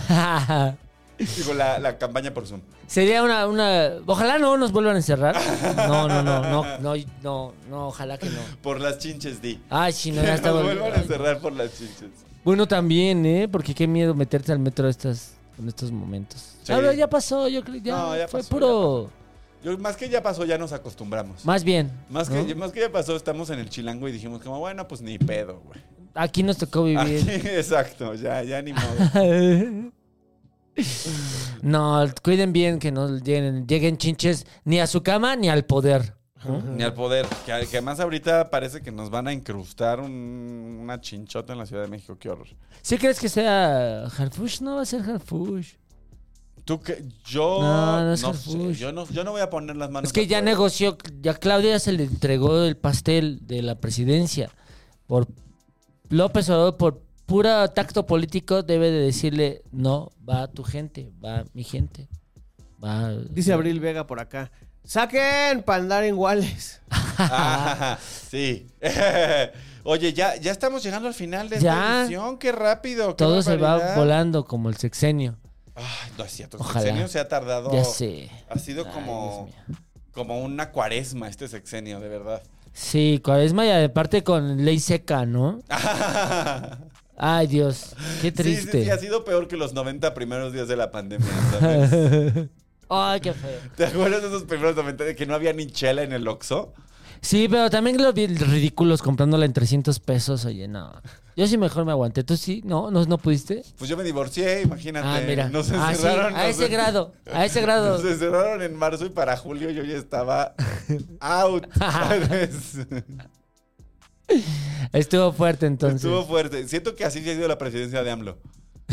Digo, la, la campaña por Zoom. Sería una, una... Ojalá no nos vuelvan a encerrar. No, no, no, no, no, no, no, ojalá que no. Por las chinches, di. Ay, si no, Que ya nos está vuelvan a volviendo. encerrar por las chinches. Bueno, también, ¿eh? Porque qué miedo meterte al metro a estas, en estos momentos. Sí. Ahora ya pasó, yo creo ya, No, ya fue pasó, puro... Yo, más que ya pasó, ya nos acostumbramos. Más bien. Más ¿no? que, más que ya pasó, estamos en el chilango y dijimos como, bueno, pues ni pedo, güey. Aquí nos tocó Aquí, vivir. exacto, ya, ya ni modo. no, cuiden bien que no lleguen, lleguen chinches ni a su cama ni al poder. Ni al poder. Que, que además ahorita parece que nos van a incrustar un- una chinchota en la Ciudad de México. Qué horror. ¿Sí crees que sea Harfush? No va a ser Harfush. Tú que yo No, no, no es sé, Harfush. yo no yo no voy a poner las manos. Es que al ya fuego. negoció, ya Claudia se le entregó el pastel de la presidencia. Por López Obrador, por pura tacto político, debe de decirle, no, va tu gente, va mi gente. Va... Dice Abril Vega por acá. ¡Saquen para andar en Wales! Ah, sí. Oye, ya ya estamos llegando al final de Ya. esta edición. Qué rápido. qué Todo se va barbaridad. volando como el sexenio. Ay, no es cierto. Ojalá. El sexenio se ha tardado. Ya sé. Ha sido Ay, como Dios mío. como una cuaresma este sexenio, de verdad. Sí, cuaresma y aparte con ley seca, ¿no? Ay, Dios, qué Sí, sí, triste. sí, ha sido peor que los 90 primeros días de la pandemia, ¿sabes? Ay, qué feo. ¿Te acuerdas de esos primeros 90 de que no había ni chela en el Oxxo? Sí, pero también los vi ridículos comprándola en 300 pesos, oye, no. Yo sí mejor me aguanté. ¿Tú sí? ¿No? ¿No, no pudiste? Pues yo me divorcié, imagínate. Ah, mira. Nos Ah, sí, encerraron. a nos- ese grado, a ese grado. Nos encerraron en marzo y para julio yo ya estaba out. ¿sabes? Estuvo fuerte entonces. Estuvo fuerte. Siento que así ha sido la presidencia de AMLO.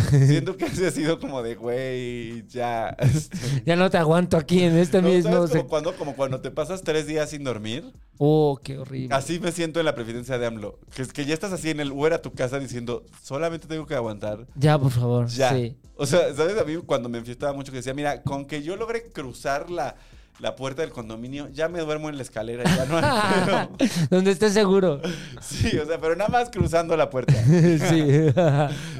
Siento que así ha sido como de, güey, ya. Este, Ya no te aguanto aquí en este ¿no? mismo... ¿Sabes? sec- Como, cuando, como cuando te pasas tres días sin dormir. Oh, qué horrible. Así me siento en la presidencia de AMLO. Que es que ya estás así en el Uber a tu casa diciendo, solamente tengo que aguantar Ya, por favor. Ya. Sí. O sea, ¿sabes? A mí cuando me enfiestaba mucho que decía, mira, con que yo logre cruzar la, la puerta del condominio, ya me duermo en la escalera, ya no hay pedo. Donde estés seguro. Sí, o sea, pero nada más cruzando la puerta. sí.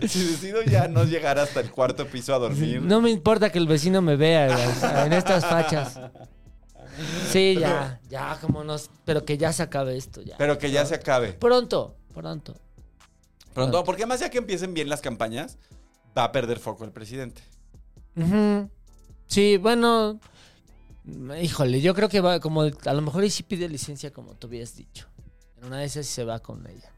Si decido ya no llegar hasta el cuarto piso a dormir. No me importa que el vecino me vea güey, en estas fachas. Sí, ya, ya, como nos. Pero que ya se acabe esto, ya. Pero que ya se acabe. Pronto, pronto. Pronto, porque además ya que empiecen bien las campañas, va a perder foco el presidente. Ujú. Sí, bueno. Híjole, yo creo que va como. A lo mejor ahí sí pide licencia, como tú habías dicho. En una de esas se va con ella.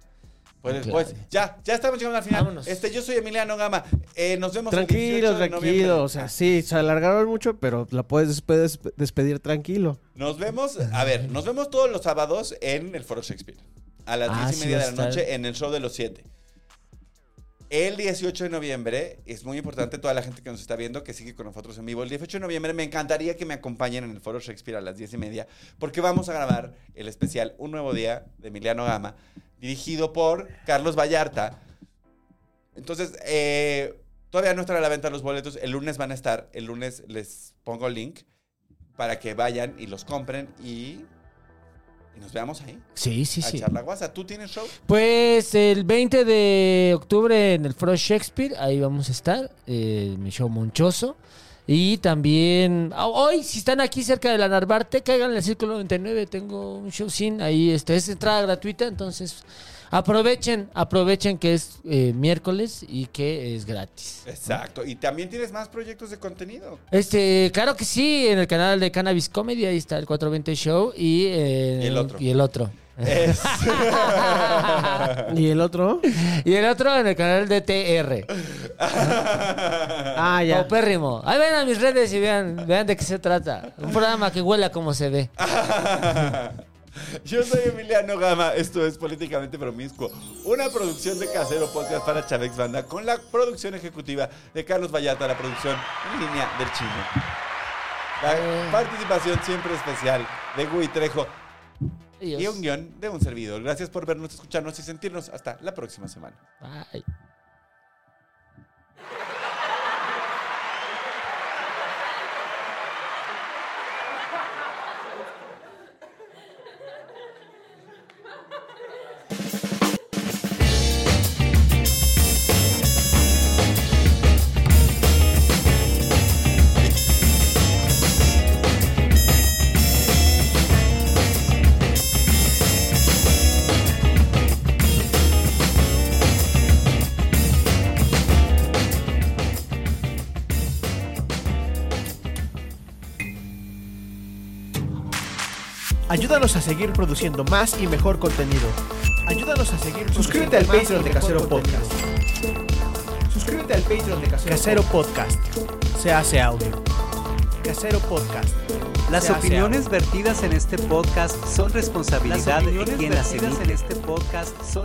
Pues, Claro. pues, ya, ya estamos llegando al final. Vámonos. Este, yo soy Emiliano Gama. Eh, nos vemos el 18 Tranquilo, de noviembre. tranquilo. O sea, sí, se alargaron mucho, pero la puedes despe- despedir tranquilo. Nos vemos, a ver, nos vemos todos los sábados en el Foro Shakespeare. A las Ah, 10 sí, y media va a de la estar. noche en el show de los 7. El 18 de noviembre, es muy importante toda la gente que nos está viendo que sigue con nosotros en vivo. El 18 de noviembre me encantaría que me acompañen en el Foro Shakespeare a las 10 y media, porque vamos a grabar el especial Un Nuevo Día de Emiliano Gama, dirigido por Carlos Vallarta. Entonces, eh, todavía no están a la venta los boletos. El lunes van a estar. El lunes les pongo el link para que vayan y los compren y, y nos veamos ahí. Sí, sí, a sí. echar la guasa. ¿Tú tienes show? Pues el 20 de octubre en el Foro Shakespeare, ahí vamos a estar, eh, mi show Monchoso. Y también, ah, hoy, si están aquí cerca de la Narvarte, caigan en el Círculo 99, tengo un show sin, ahí este, es entrada gratuita, entonces aprovechen, aprovechen que es eh, miércoles y que es gratis. Exacto. Y también tienes más proyectos de contenido. Este, claro que sí, en el canal de Cannabis Comedy, ahí está el 420 Show y, eh, Y el otro. Y el otro. Es- Ah. ¿Y el otro? Y el otro en el canal de TR. Ah, ya. Paupérrimo. Ahí ven a mis redes y vean, vean de qué se trata. Un programa que huela como se ve. Ah, Yo soy Emiliano Gama, esto es Políticamente Promiscuo, una producción de Casero Podcast para Chavex Banda con la producción ejecutiva de Carlos Vallata, la producción en línea del chino. Ah. La participación siempre especial de Gui Trejo Adiós. y un guión de un servidor. Gracias por vernos, escucharnos y sentirnos. Hasta la próxima semana. Bye. Ayúdanos a seguir produciendo más y mejor contenido. Ayúdanos a seguir. Suscríbete al Patreon de Casero Podcast. Suscríbete al Patreon de Casero, Podcast. Se hace audio. Casero Podcast. Las Se hace opiniones vertidas en este podcast son responsabilidad de opiniones quien las vertidas emite. en este podcast son